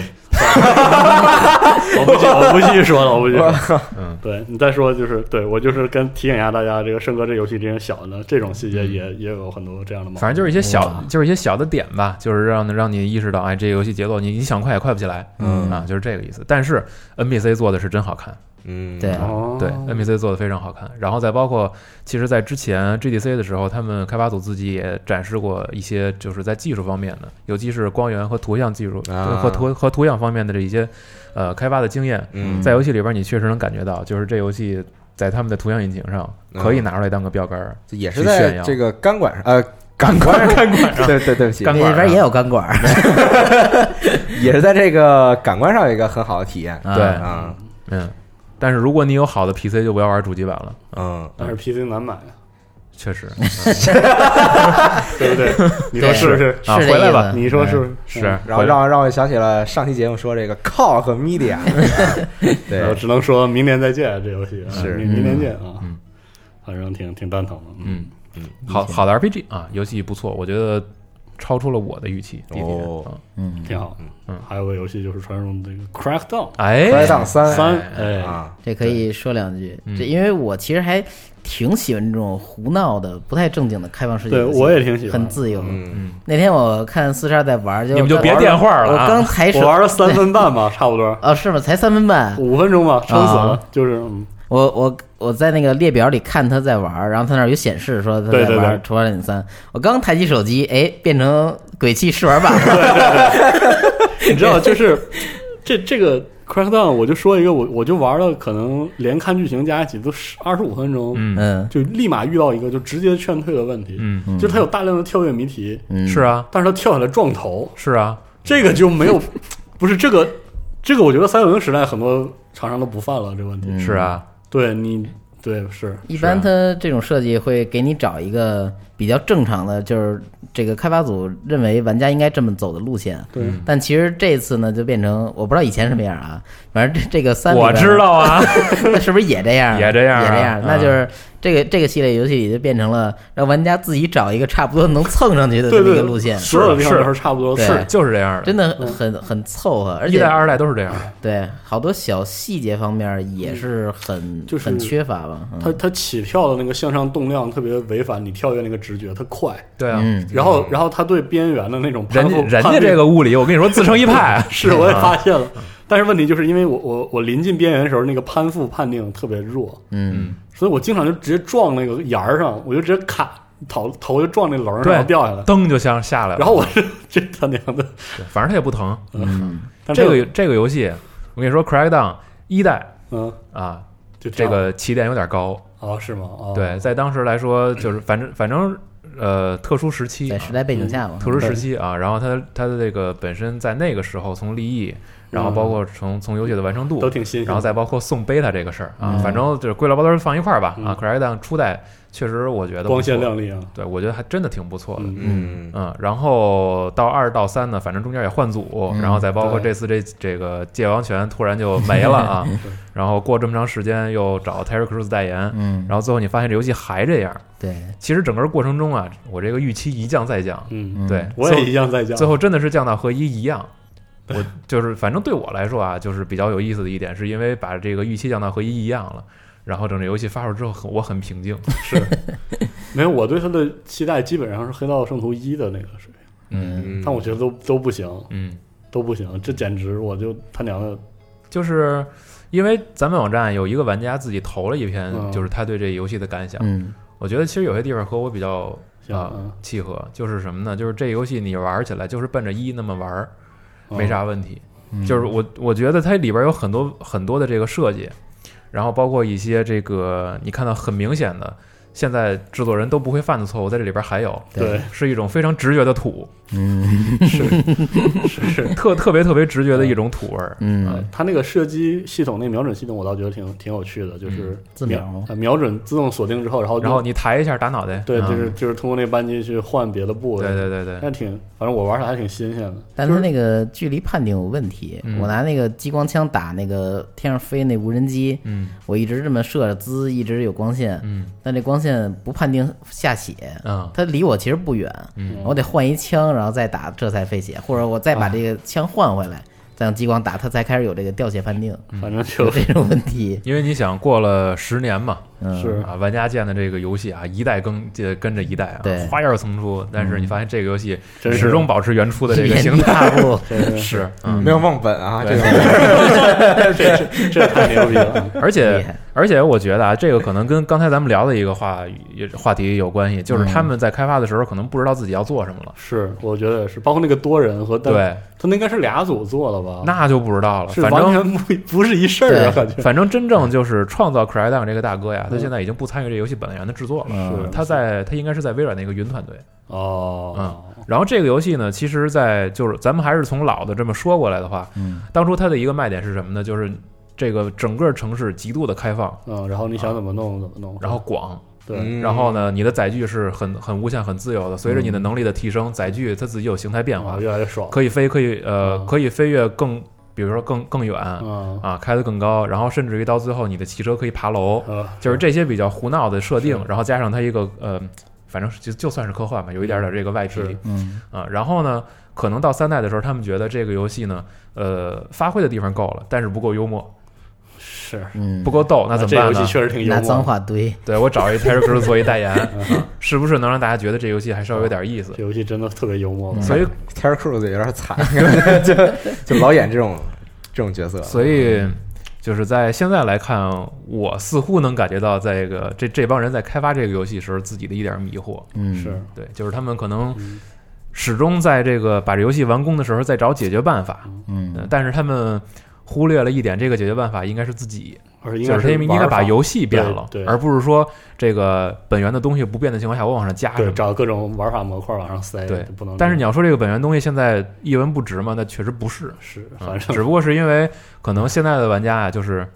D: 我不继我不继续说了，我不继续说了。
B: 嗯，
D: 对你再说就是，对我就是跟提醒一下大家，这个圣哥这游戏真是小呢，这种细节也也有很多这样的毛病。
B: 嗯反正就是一些小
C: 哇，
B: 就是一些小的点吧，就是让让你意识到，哎，这个游戏节奏你你想快也快不起来，
C: 嗯
B: 啊，就是这个意思。但是 NPC 做的是真好看，
A: 嗯
C: 对
D: 哦，
B: 对 NPC 做的非常好看。然后再包括，其实，在之前 GDC 的时候，他们开发组自己也展示过一些，就是在技术方面的，尤其是光源和图像技术
A: 啊
B: 和图和图像方面的这一些呃开发的经验。
A: 嗯
B: 在游戏里边，你确实能感觉到，就是这游戏在他们的图像引擎上可以拿出来当个标杆儿。
A: 也是
B: 去炫
A: 在
B: 耀
A: 这个钢管上，呃，钢管钢 管上，对对对不起
B: 钢，
C: 那
B: 管儿啊
C: 边也有钢管儿，
A: 也是在这个感官上有一个很好的体验
C: 啊
B: 对
A: 啊，
B: 嗯，但是如果你有好的 PC，就不要玩主机版了，
A: 嗯，
D: 但是 PC 难买，
B: 确 实
D: 对不对？你说
C: 对
D: 是不是？
B: 啊，
C: 是这
B: 回来
C: 意
B: 吧，
C: 思
D: 你说是不是？
B: 是
D: 嗯，
A: 然后
B: 回来
A: 让让我想起了上期节目说这个 call 和 media，
D: 我
A: 对，
D: 只能说明年再见，这游戏啊
A: 是
D: 明明年见啊
B: 嗯，
D: 反正挺挺蛋疼的，嗯
B: 嗯，好好的 RPG 啊，游戏不错，我觉得超出了我的预期。地铁
A: 哦，
B: 嗯
C: 嗯，
D: 挺好。
B: 嗯，
D: 还有个游戏就是传说中的这个 Crackdown
A: 快
B: 哎，
A: 档三
D: 三，哎，
A: 啊，
C: 这可以说两句，
B: 嗯
C: 这因为我其实还挺喜欢这种胡闹的、不太正经的开放世界
D: 对
C: 游戏，
D: 我也挺喜欢，
C: 很自由。
A: 嗯
C: 那天我看四十二在玩儿，就
B: 你们就别
C: 我
B: 电话了
C: 我
B: 啊
C: 刚，抬手
D: 我玩了三分半吧，差不多
C: 哦，是吗？才三分半，
D: 五分钟吧，撑死了
C: 啊，
D: 就是嗯
C: 我我我在那个列表里看他在玩儿，然后他那儿有显示说他在
D: 对
C: 玩
D: 对
C: 儿
D: 对
C: 《除了你三》，我刚抬起手机，哎，变成鬼泣试玩版 了。
D: 你知道，就是这这个 Crackdown，我就说一个，我我就玩了，可能连看剧情加一起都十二十五分钟，
B: 嗯
C: 嗯
D: 就立马遇到一个就直接劝退的问题，
B: 嗯，
D: 就是它有大量的跳跃谜题，
C: 嗯，
B: 是啊
D: 但是它跳下来撞头，
B: 是啊，
D: 这个就没有，不是这个这个，我觉得三六零时代很多厂商都不犯了这个问题，
C: 嗯
B: 是啊，
D: 对你对是
C: 一般他这种设计会给你找一个比较正常的，就是这个开发组认为玩家应该这么走的路线。
D: 对。
C: 但其实这次呢，就变成我不知道以前什么样啊，反正这这个三里
B: 我
C: 边
B: 知道啊，
C: 是不是也这样啊？
B: 也这样啊
C: 也这样。
B: 嗯
C: 那就是这个这个系列游戏里就变成了让玩家自己找一个差不多能蹭上去的这
D: 对
C: 么一
D: 对
C: 个路线，
D: 所有的地方
B: 是
D: 都是差不多
C: 对
D: 的。
B: 是就是这样的，
C: 真的很很凑合，而
B: 一
C: 且
B: 代二代都是这样的。
C: 对好多小细节方面
B: 嗯
C: 也是很
D: 就是
C: 很缺乏吧。嗯
D: 它它起跳的那个向上动量特别违反你跳跃那个直觉，它快。
B: 对啊，
C: 嗯，
D: 然后然后它对边缘的那种攀
B: 人家
D: 附
B: 人
D: 攀
B: 家
D: 附。
B: 这个物理，我跟你说自成一派 啊
D: 是，
C: 嗯
D: 我也发现了。但是问题就是因为我我我临近边缘的时候，那个攀附判定特别弱，
C: 嗯，
D: 所以我经常就直接撞那个沿儿上，我就直接卡头头就撞那棱儿上，
B: 对
D: 然后掉 下来。
B: 噔就像下来了，
D: 然后我是这他娘 的，
B: 对反正它也不疼。
C: 嗯
D: 但
B: 这
D: 是
B: 个这个游戏，我跟你说，Crackdown 一代
D: 嗯，
B: 啊，
D: 就
B: 这
D: 样
B: 个起点有点高。
D: 哦是吗？哦，
B: 对，在当时来说，就是反正反正呃，特殊时期
C: 在，时代背景下嘛，
B: 特殊时期啊，然后它它的这个本身在那个时候从立意，然后包括从从游戏的完成度
D: 嗯都，挺新鲜。
B: 然后再包括送贝塔这个事儿啊，反正就是归了包堆放一块儿吧啊
D: 嗯
B: ，Crackdown 初代确实我觉得不
D: 光鲜
B: 错，
D: 亮丽啊，
B: 对我觉得还真的挺不错的。
D: 嗯，
A: 嗯，
B: 嗯，然后到二到三呢，反正中间也换组，
C: 嗯
B: 然后再包括
D: 对
B: 这次这这个界王权突然就没了啊
D: 对，
B: 然后过这么长时间又找 Terry Crews 代言，
C: 嗯，
B: 然后最后你发现这游戏还这样。
C: 对，
B: 其实整个过程中啊，我这个预期一降再降，
D: 嗯，
C: 嗯
B: 对，
D: 我
B: 最
D: 也
B: 后
D: 一样在家。
B: 最后真的是降到和一一样。我就是反正对我来说啊，就是比较有意思的一点，是因为把这个预期降到和一一样了，然后整个游戏发售之后很，我很平静。
D: 是， 没有我对他的期待基本上是《黑道圣徒一》的那个水平，
B: 嗯
A: 嗯
D: 但我觉得都都不行，
B: 嗯，
D: 都不行，这简直我就他娘的，
B: 就是因为咱们网站有一个玩家自己投了一篇，
D: 嗯
B: 就是他对这游戏的感想。
C: 嗯
B: 我觉得其实有些地方和我比较
D: 行
B: 啊、
D: 嗯
B: 契合，就是什么呢？就是这游戏你玩起来就是奔着一那么玩儿，
D: 嗯
B: 没啥问题。就是我我觉得它里边有很多很多的这个设计，然后包括一些这个你看到很明显的，现在制作人都不会犯的错误，在这里边还有
D: 对，
B: 是一种非常直觉的土，
C: 嗯
D: 是是。
B: 特特别特别直觉的一种土味儿。
C: 嗯，
D: 呃它那个射击系统，那个瞄准系统，我倒觉得挺挺有趣的，就是
C: 自
D: 瞄
C: 瞄
D: 呃瞄准自动锁定之后，然后
B: 嗯然后
D: 就
B: 你抬一下打脑袋，
D: 对，
B: 嗯
D: 就是嗯就是通过那扳机去换别的部位，
B: 对对对对，
D: 但挺，反正我玩的还挺新鲜的。
C: 但
D: 就是
C: 那个距离判定有问题，
B: 嗯
C: 我拿那个激光枪打那个天上飞那无人机，
B: 嗯
C: 我一直这么射，滋，一直有光线，
B: 嗯
C: 但这光线不判定下血，
B: 嗯
C: 它离我其实不远，
B: 嗯啊
C: 我得换一枪，然后再打，这才费血，或者我再把这个枪换回来，再用激光打，它才开始有这个掉血判 定，
B: 嗯
D: 反正
C: 有
D: 就
C: 这种问题。
B: 因为你想过了十年嘛，
C: 嗯，
D: 是
B: 啊，玩家建的这个游戏啊，一代跟这跟着一代啊，
C: 对
B: 花样层出，但是你发现这个游戏
D: 真是
B: 始终保持原初的这
C: 一
B: 个
C: 点
B: 形
C: 一
B: 态，嗯
C: 大步，嗯
B: 是，
A: 没有忘本啊，这
B: 对
A: 个
D: 这太牛逼了，
B: 而
C: 厉
B: 且
C: 害
B: 而且我觉得啊，这个可能跟刚才咱们聊的一个话也话题有关系，就是他们在开发的时候可能不知道自己要做什么了，
D: 是，我觉得也是，包括那个多人和单，
B: 对，
D: 他那应该是俩组做的吧？
B: 那就不知道了，
D: 哦是
B: 反
D: 完
B: 正。
D: 全不不是一事儿
C: 对
D: 啊，感觉
B: 反正真正就是创造 Crackdown 这个大哥呀，他
D: 嗯
B: 现在已经不参与这游戏本来源的制作了。
C: 嗯
D: 是
B: 他在他应该是在微软那个云团队，
D: 哦，
B: 然后这个游戏呢，其实在就是咱们还是从老的这么说过来的话，
C: 嗯
B: 当初它的一个卖点是什么呢？就是这个整个城市极度的开放，
D: 嗯，然后你想怎么弄怎么弄，
B: 然后广，
A: 嗯
D: 对，
B: 然后呢，你的载具是很很无限、很自由的。随着你的能力的提升，载具它自己有形态变化
D: 啊，，越来越爽，
B: 可以飞，可以呃
D: 嗯，
B: 可以飞跃更，比如说更更远
D: 嗯
B: 啊，开得更高，然后甚至于到最后，你的汽车可以爬楼，
D: 呃，
B: 嗯就是这些比较胡闹的设定
D: 是，
B: 然后加上它一个呃，反正就就算是科幻吧，有一点点这个外皮
D: 是
C: 嗯
B: 啊。然后呢，可能到三代的时候，他们觉得这个游戏呢，呃，发挥的地方够了，但是不够幽默，
D: 是，
C: 嗯，
B: 不够逗，那怎么
D: 啊这
B: 办
D: 游
B: 呢
D: 戏？确实挺幽
C: 拿脏
D: 默的，
C: 话堆，
B: 对我找一 Terry Crews 做一代言，
D: 嗯
B: 是不是能让大家觉得这游戏还稍微有点意思？
D: 这游戏真的特别幽默，
B: 所以，
A: Terry Crews 有点惨， 就就老演这种这种角色，
B: 所以就是在现在来看，我似乎能感觉到，在这个这这帮人在开发这个游戏时候自己的一点迷惑。
C: 嗯
D: 是，
B: 对，就是他们可能
D: 嗯
B: 始终在这个把这游戏完工的时候在找解决办法，
C: 嗯
B: 呃但是他们忽略了一点，这个解决办法应该是自己，
D: 而应
B: 就
D: 该
B: 是他们应该
D: 玩
B: 把
D: 法
B: 游戏变了，
D: 对对
B: 而不是说这个本源的东西不变的情况下我往上加什
D: 对嗯
B: 么。
D: 找各种玩法模块往上塞，
B: 对
D: 不能，
B: 但是你要说这个本源东西现在一文不值嘛，那确实不是，
D: 是
B: 嗯
D: 反正
B: 只不过是因为可能现在的玩家啊，就是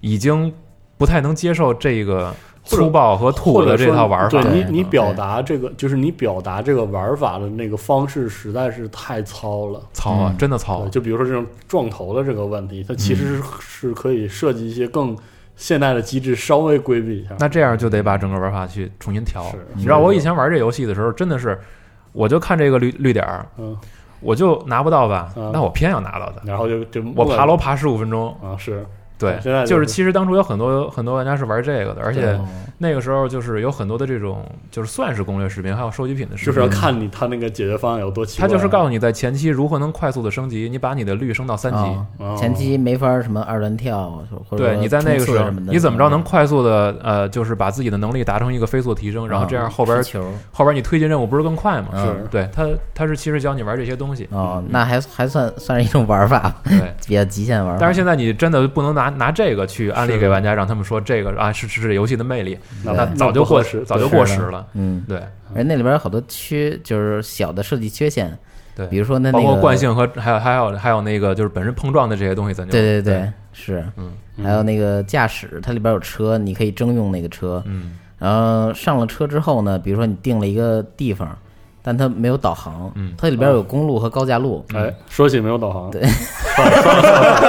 B: 已经不太能接受这个粗暴和土
D: 或者
B: 的这
D: 说
B: 套玩法。嗯
D: 对你
C: 对
D: 你
C: 对
D: 表达这个就是你表达这个玩法的那个方式实在是太糙了。
B: 操啊，
C: 嗯
B: 真的操啊嗯
D: 对！就比如说这种撞头的这个问题，它其实是是可以设计一些更现代的机制稍微规避一下。
B: 那这样就得把整个玩法去重新调。
D: 是
B: 你知道我以前玩这游戏的时候，真的是，我就看这个绿绿点儿，
D: 嗯，
B: 我就拿不到吧
D: 嗯，
B: 那我偏要拿到它。
D: 然后就就
B: 我爬
D: 了
B: 楼爬十五分钟，
D: 啊，是
B: 对
D: 现在，就
B: 就是是其实当初有很多很多玩家是玩这个的，而且
D: 对
B: 那个时候就是有很多的这种就是算是攻略视频，还有收集品的视
D: 就
B: 频，
D: 是要看你他那个解决方案有多
B: 嗯
D: 奇
B: 他
D: 怪。
B: 就是告诉你在前期如何能快速的升级，你把你的绿升到三级，
D: 哦
C: 啊，前期没法儿什么二段跳，或者
B: 对
C: 说
B: 你在那个
C: 冲刺
B: 时候
C: 什么的嗯啊
B: 你怎么着能快速的呃，就是把自己的能力达成一个飞速提升，然后这样后边
C: 啊
B: 儿
C: 踢球
B: 后边儿你推进任务不是更快吗？
D: 嗯是
B: 对他他是其实教你玩这些东西，
C: 哦，那还还算算是一种玩儿法，
B: 对。
C: 比较极限玩儿法。
B: 但是现在你真的不能拿拿这个去安利
D: 是
B: 给玩家，让他们说这个啊是是这游戏的魅力，
D: 那
B: 那
D: 不
B: 早就
D: 不合
B: 过
D: 适
B: 早就
D: 对
B: 过
C: 是
B: 时
C: 的
B: 了。
C: 嗯，
B: 对
C: 而那里边有好多缺，就是小的设计缺陷，
B: 对，
C: 比如说那
B: 包
C: 那
B: 括
C: 个
B: 惯，性和还有还有还有那个就是本身碰撞的这些东西，咱就
C: 对对对，是，
B: 嗯，
C: 还有那个驾驶，它里边有车，你可以征用那个车，
B: 嗯，
C: 然后上了车之后呢，比如说你定了一个地方，但它没有导航，
B: 嗯
C: 它里边有公路和高架路，
D: 哎，说起没有导航，对，算了算了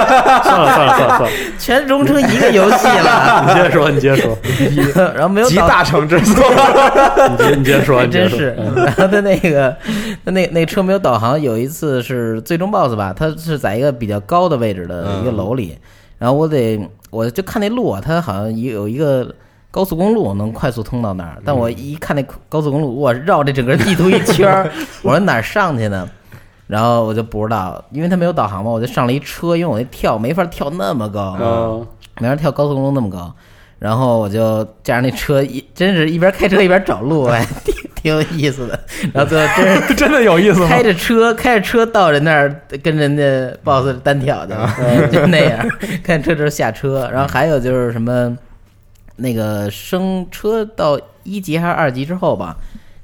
D: 算了算了算了算了，
C: 全融成一个游戏 了，
D: 你接着说，你接着说，
C: 然后没有
A: 集
C: 导
A: 大成之作，
D: 你接你接着 说，
C: 还
D: 你接
C: 真
D: 着说
C: 是，
D: 嗯
C: 然后 他那个，他那那车没有导航。有一次是最终 BOSS 吧，他是在一个比较高的位置的一个楼
D: 嗯
C: 里，然后我得我就看那路啊，它好像也有一个高速公路能快速通到那儿，但
D: 嗯
C: 我一看那高速公路，我绕这整个地图一圈 儿，我说哪儿上去呢？然后我就不知道，因为它没有导航嘛，我就上了一车，因为我那跳没法跳那么高，
D: 嗯，
C: 没法跳高速公路那么高。然后我就驾着那车一，真是一边开车一边找路，哎，挺 挺有意思的。然后最后真是
B: 真的有意 思吗？
C: 开着车，开着车到人那儿跟人家 boss 单挑去了，就那样。开着车之后下车，然后还有就是什么，那个升车到一级还是二级之后吧，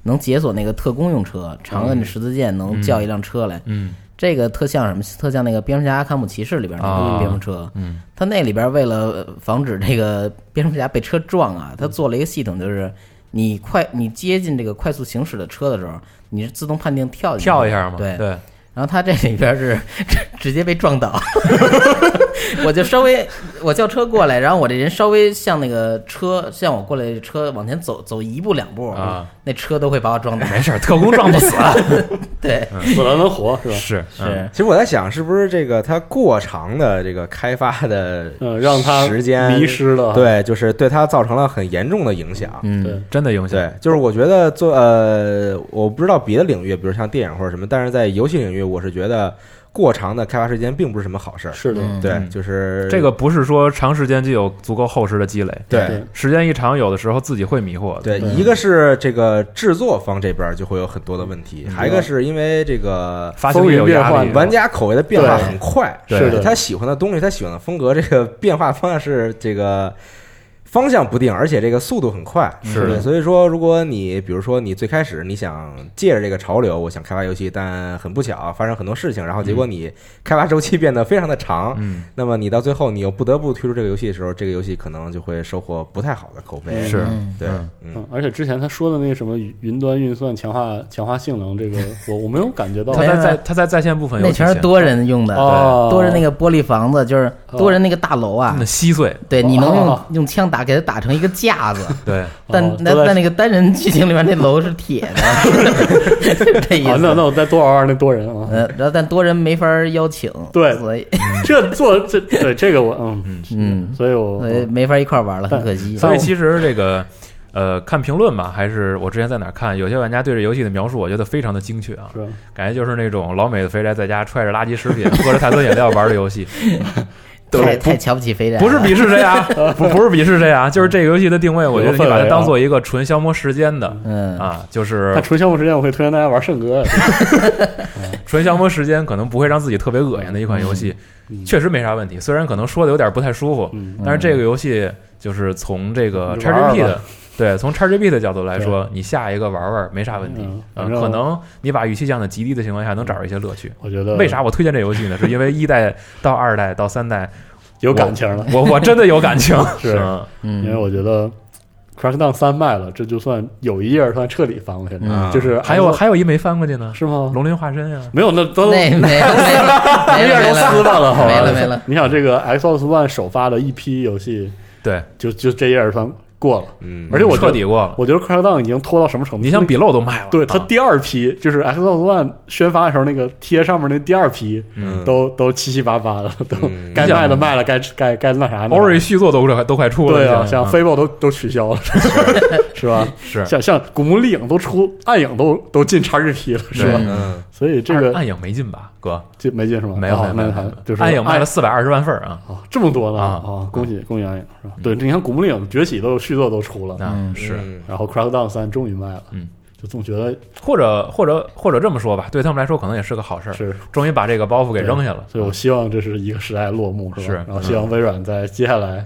C: 能解锁那个特公用车，长按着十字键能叫一辆车来。
B: 嗯，
C: 这个特像什么？特像那个《蝙蝠侠：阿卡姆骑士》里边那
B: 啊
C: 个蝙蝠车。嗯，他那里边为了防止这个蝙蝠侠被车撞
B: 嗯
C: 啊，他做了一个系统，就是你快你接近这个快速行驶的车的时候，你是自动判定跳进去
B: 跳一下嘛，
C: 嗯对。
B: 对，
C: 然后他这里边是 直直接被 撞倒，我就稍微我叫车过来，然后我这人稍微向那个车向我过来的车往前走走一步两步
B: 啊，哎
C: 那车都会把我撞倒。
B: 没事儿，特工撞不死， 嗯
C: 对，
D: 死了能活是吧？
B: 是嗯
C: 是。
A: 其实我在想，是不是这个它过长的这个开发的
D: 嗯，让他
A: 时间
D: 迷失了，
A: 对，就是对它造成了很严重的影响。
D: 对
C: 嗯，
B: 真的影响。
A: 对，就是我觉得做呃，我不知道别的领域，比如像电影或者什么，但是在游戏领域，我是觉得过长的开发时间并不是什么好事儿。
D: 是的，
C: 嗯
A: 对，
B: 嗯
A: 就是
B: 这个不是说长时间就有足够厚实的积累，
A: 对
D: 对
B: 时间一长，有的时候自己会迷惑的。
A: 对，一个是这个制作方这边就会有很多的问
B: 嗯
A: 题，还有一个是因为这个
B: 发行也有压
D: 风
B: 力啊
D: 云变，
A: 玩家口味的变化很快，
B: 对
D: 是的
A: 他喜欢的东西，他喜欢的风格，这个变化方向是这个方向不定，而且这个速度很快，
B: 是的
A: 所以说，如果你比如说你最开始你想借着这个潮流，我想开发游戏，但很不巧发生很多事情，然后结果你开发周期变得非常的长，
B: 嗯，
A: 那么你到最后你又不得不推出这个游戏的时候，这个游戏可能就会收获不太好的口碑，
B: 是
A: 对，
B: 嗯
A: 嗯，
D: 嗯，而且之前他说的那个什么云云端运算强化强化性能，这个我我没有感觉到
B: 他
C: 没
B: 在
C: 有
B: 在他在在线部分有
C: 那全是
B: 体现
C: 多人用的，
D: 哦
C: 呃多人那个玻璃房子就是多人那个大楼啊
B: 那，稀碎，
C: 对你能用
D: 哦
C: 用枪打给它打成一个架子，
B: 对，
C: 但
D: 哦
C: 那
D: 都在
C: 在那个单人剧情里面那楼是铁 的，就是这意
D: 啊，那
C: 思。
D: 那我再多玩玩那多人啊，
C: 呃，然后但多人没法邀请，
D: 对
C: 所以
D: 这做这对这个我嗯
C: 嗯，
D: 所以我
C: 所以没法一块玩了，很可惜。
B: 所以其实这个。呃，看评论吧，还是我之前在哪儿看，有些玩家对这游戏的描述，我觉得非常的精确啊，
D: 是吧
B: 感觉就是那种老美的肥宅在家揣着垃圾食 品，喝着碳酸饮料玩的游戏，
C: 太
B: 对
C: 太瞧不起肥宅了，
B: 不是鄙视谁 啊，不不是鄙视谁啊，就是这个游戏的定位，我觉得你把
D: 有氛围
B: 它
D: 啊
B: 当做一个纯消磨时间的
C: 嗯
B: 啊，就是
D: 那除项目之间，我会推荐大家玩圣歌，
B: 纯消磨时间，可能不会让自己特别恶心的一款游戏，确实没啥问题。虽然可能说的有点不太舒服，
D: 嗯
B: 但是这个游戏就是从这个
D: 你玩玩
B: XGP
D: 吧
B: 的。对，从 XGP 的角度来说，你下一个玩玩没啥问题
D: 嗯，
B: 呃
D: 反正
B: 可能你把预期降到极低的情况下，能找着一些乐趣。
D: 我觉得
B: 为啥我推荐这游戏呢？是因为一代到二代到三 代
D: 有感情了？
B: 我我真的有感情，
D: 是
B: 嗯
D: 因为
C: 嗯，
D: 我觉得 Crackdown 三卖了，这就算有一页算彻底翻过去了，
A: 嗯
D: 就是
B: 还有还有一没翻过去呢，
D: 是吗？
B: 龙鳞化身呀，
D: 没有，那都
C: 那没了没了没
D: 一
C: 了没
D: 页都撕
C: 了
D: 了，好吧
C: 没了没了
D: 你想这个 Xbox One 首发的一批游戏，
B: 对，
D: 就就这一耳团过了。
A: 嗯，
D: 而且我觉
B: 彻
D: 得
B: 底过了。
D: 我觉得 Crackdown 已经拖到什么程度？
B: 你想笔漏都卖了，
D: 对他
B: 啊
D: 第二批就是 Xbox One 宣发的时候，那个贴上面那第二批
A: 嗯
D: 都都七七八八的，都
A: 嗯
D: 该卖
B: 啊
D: 的卖了，该该该那啥的。
B: Ori 续作都快都快出了，
D: 对
B: 现
D: 啊，
B: 在
D: 像
B: 嗯
D: Fable 都都取消了， 是吧？
B: 是
D: 像像古墓丽影都出暗影都都进 XGP 了，是吧？
B: 对
A: 嗯
D: 所以这个
B: 暗影没进吧，哥
D: 这没进是吗？
B: 没有
D: 哦
B: 没
D: 那
B: 有
D: 还
B: 没有，
D: 就是
B: 暗影卖了
D: 暗
B: 四百二十万份儿啊，
D: 哦这么多呢
B: 啊嗯
D: 哦恭喜恭喜暗影是吧？对，你看古墓丽影崛起都续作都出了，
B: 那
C: 嗯
B: 是
A: 嗯
D: 然后 Crackdown 三终于卖了，
B: 嗯，
D: 就总觉得
B: 或者或者或者这么说吧，对他们来说可能也是个好事儿，
D: 是
B: 终于把这个包袱给扔下了。
D: 所以我希望这是一个时代落幕，是吧？
B: 是
D: 然后希望微软在接下来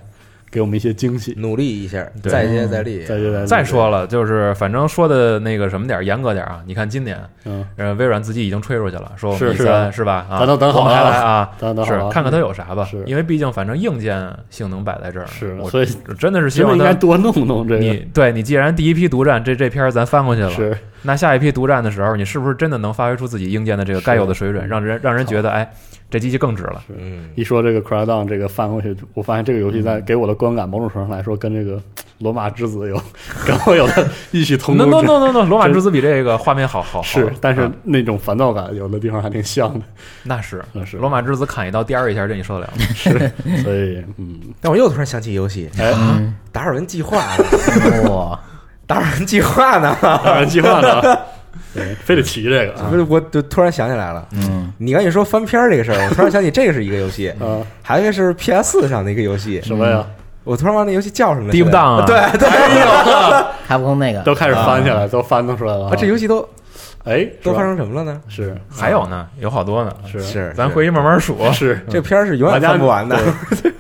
D: 给我们一些惊
B: 嗯
D: 喜。
A: 努力一下，
B: 对
A: 再接再厉。啊
D: 再接再厉
B: 嗯再，说了，就是反正说的那个什么点儿，严格点儿啊。你看今年，
D: 嗯，
B: 呃，微软自己已经吹出去了，说我们
D: 是
B: 一
D: 是
B: 三
D: 啊
B: 是吧？啊，
D: 咱都等好
B: 我们还
D: 了
B: 来啊，
D: 等等好
B: 是
D: 了，嗯
B: 看看它有啥吧
D: 是。
B: 因为毕竟反正硬件性能摆在这儿，
D: 是
B: 我
D: 所以
B: 真的是希
D: 其实
B: 望
D: 应该
B: 它。
D: 多弄弄这
B: 你
D: 个，
B: 对你既然第一批独占这这篇儿咱翻过去了，
D: 是
B: 那下一批独占的时候，你是不是真的能发挥出自己硬件的这个该有的水准，让人让人觉得哎，这机器更值了？
A: 嗯，
D: 一说这个 Crackdown 这个翻过去，我发现这个游戏在给我的观感某种程度上来说，跟这个《罗马之子》有跟我有了异曲同
B: no
D: 工
B: no
D: 之
B: no no no，罗马之子比这个画面好好好
D: 是，但是
B: 啊
D: 那种烦躁感有的地方还挺像的，
B: 那是
D: 那是
B: 罗马之子砍一刀颠儿一下，这你受得了吗？
D: 所以嗯，
A: 但我又突然想起游戏
D: 哎，
A: 《达尔文计划》，
C: 哇，
A: 达尔文计划呢？
D: 当然计划呢，啊对非得提这个啊
A: 不是，我就突然想起来了。
C: 嗯，
A: 你刚才说翻篇儿这个事儿，我突然想起这个是一个游戏，
D: 啊，
A: 还有一个是 PS 上的一个游戏，
D: 什么呀，
A: 我突然忘了那游戏叫什么了。
B: Deep
A: 现在
B: Down 啊
A: 对对，
C: 卡普空那个
D: 都开始翻起来，都翻腾出来了啊
A: 啊，这游戏都
D: 哎
A: 都
D: 是吧
A: 发生什么了呢？
D: 是
B: 还有呢，有好多呢，
D: 是
A: 是
B: 咱回去慢慢数。
D: 是
A: 这片儿是永
D: 玩
A: 远
D: 家
A: 翻不完的。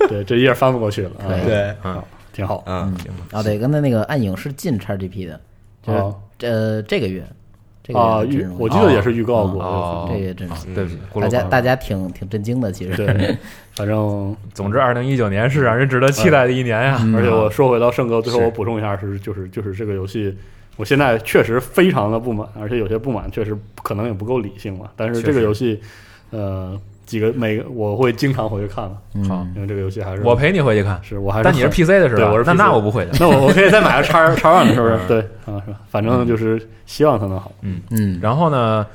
D: 对，对这页翻不过去了，啊
C: 对
A: 对，
B: 嗯，
D: 挺好。
A: 嗯，
C: 啊，对，跟他那个暗影是进 XGP 的，就是
D: 啊
C: 这呃这个月，这个
D: 啊，
C: 月
D: 预
C: 真是
D: 我记得也是预告过，
B: 哦
C: 这个月真是
B: 对不起，咕噜
C: 大家
B: 咕噜
C: 大家挺挺震惊的，其实
D: 对，反正
B: 总之，二零一九年是让人值得期待的一年呀。
D: 而且我说回到圣哥，最后
B: 嗯是
D: 我补充一下是，就是就是这个游戏，我现在确实非常的不满，而且有些不满确实可能也不够理性嘛。但是这
B: 确
D: 个
B: 实
D: 游戏，呃，几个每个我会经常回去看的，
C: 嗯
B: 好，
D: 因为这个游戏还是
B: 我陪你回去看，
D: 是我还是
B: 但你是
D: 很
B: PC 的是
D: 对
B: 吧
D: 我是？
B: 那
D: PC
B: 那我不回去。
D: 那我我可以再买个 叉叉 one 是不是？
B: 嗯
D: 对啊，是吧反正就是希望它能好。
C: 嗯，
B: 然后呢，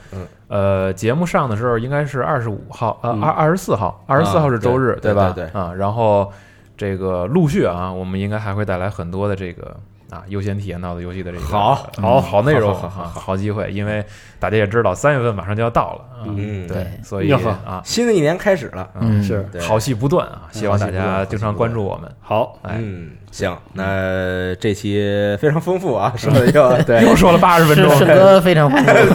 B: 呃，节目上的时候应该是二十五号，呃，
D: 嗯
B: 二二十四号，二十四号是周日，
A: 啊对
B: 吧？
A: 对对
B: 啊，然后这个陆续啊，我们应该还会带来很多的这个。啊，优先体验到的游戏的这个嗯
A: 好
B: 好好内容，
D: 好好好
B: 啊好机会，因为大家也知道三月份马上就要到了，啊
A: 嗯
B: 对，
C: 对
B: 所以
D: 要不
B: 啊，
A: 新的一年开始了，
C: 嗯
D: 是
A: 对
B: 好戏不断啊，希望大
A: 好
B: 家
A: 戏不断
B: 经常关注我们。
D: 好，
B: 哎，
A: 嗯，行，那这期非常丰富啊，说的又对
B: 又说了八十分
C: 是
B: 钟，
C: 圣哥 非常丰富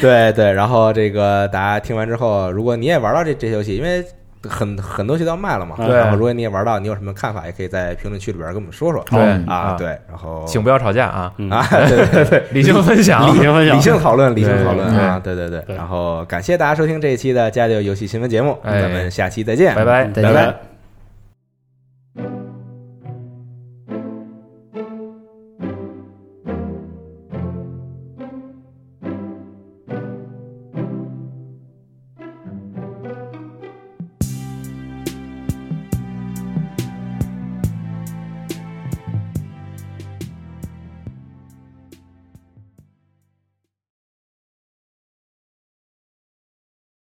A: 对对，然后这个大家听完之后，如果你也玩到这这些游戏，因为很很多游戏都要卖了嘛，
D: 对
A: 然后如果你也玩到，你有什么看法，也可以在评论区里边跟我们说说，
B: 对
A: 啊，
B: 啊
A: 对，然后
B: 请不要吵架啊，
A: 啊，对对对。
B: 理性 分享
D: 理。性分享，
A: 理性讨论，理性
B: 对
A: 讨论
B: 对
A: 啊！对对对，
D: 对
A: 然后感谢大家收听这一期的《家里有游戏新闻》节目，
B: 哎
A: 咱们下期再见，
B: 拜拜
D: 嗯
C: 再
A: 拜
C: 见
A: 拜。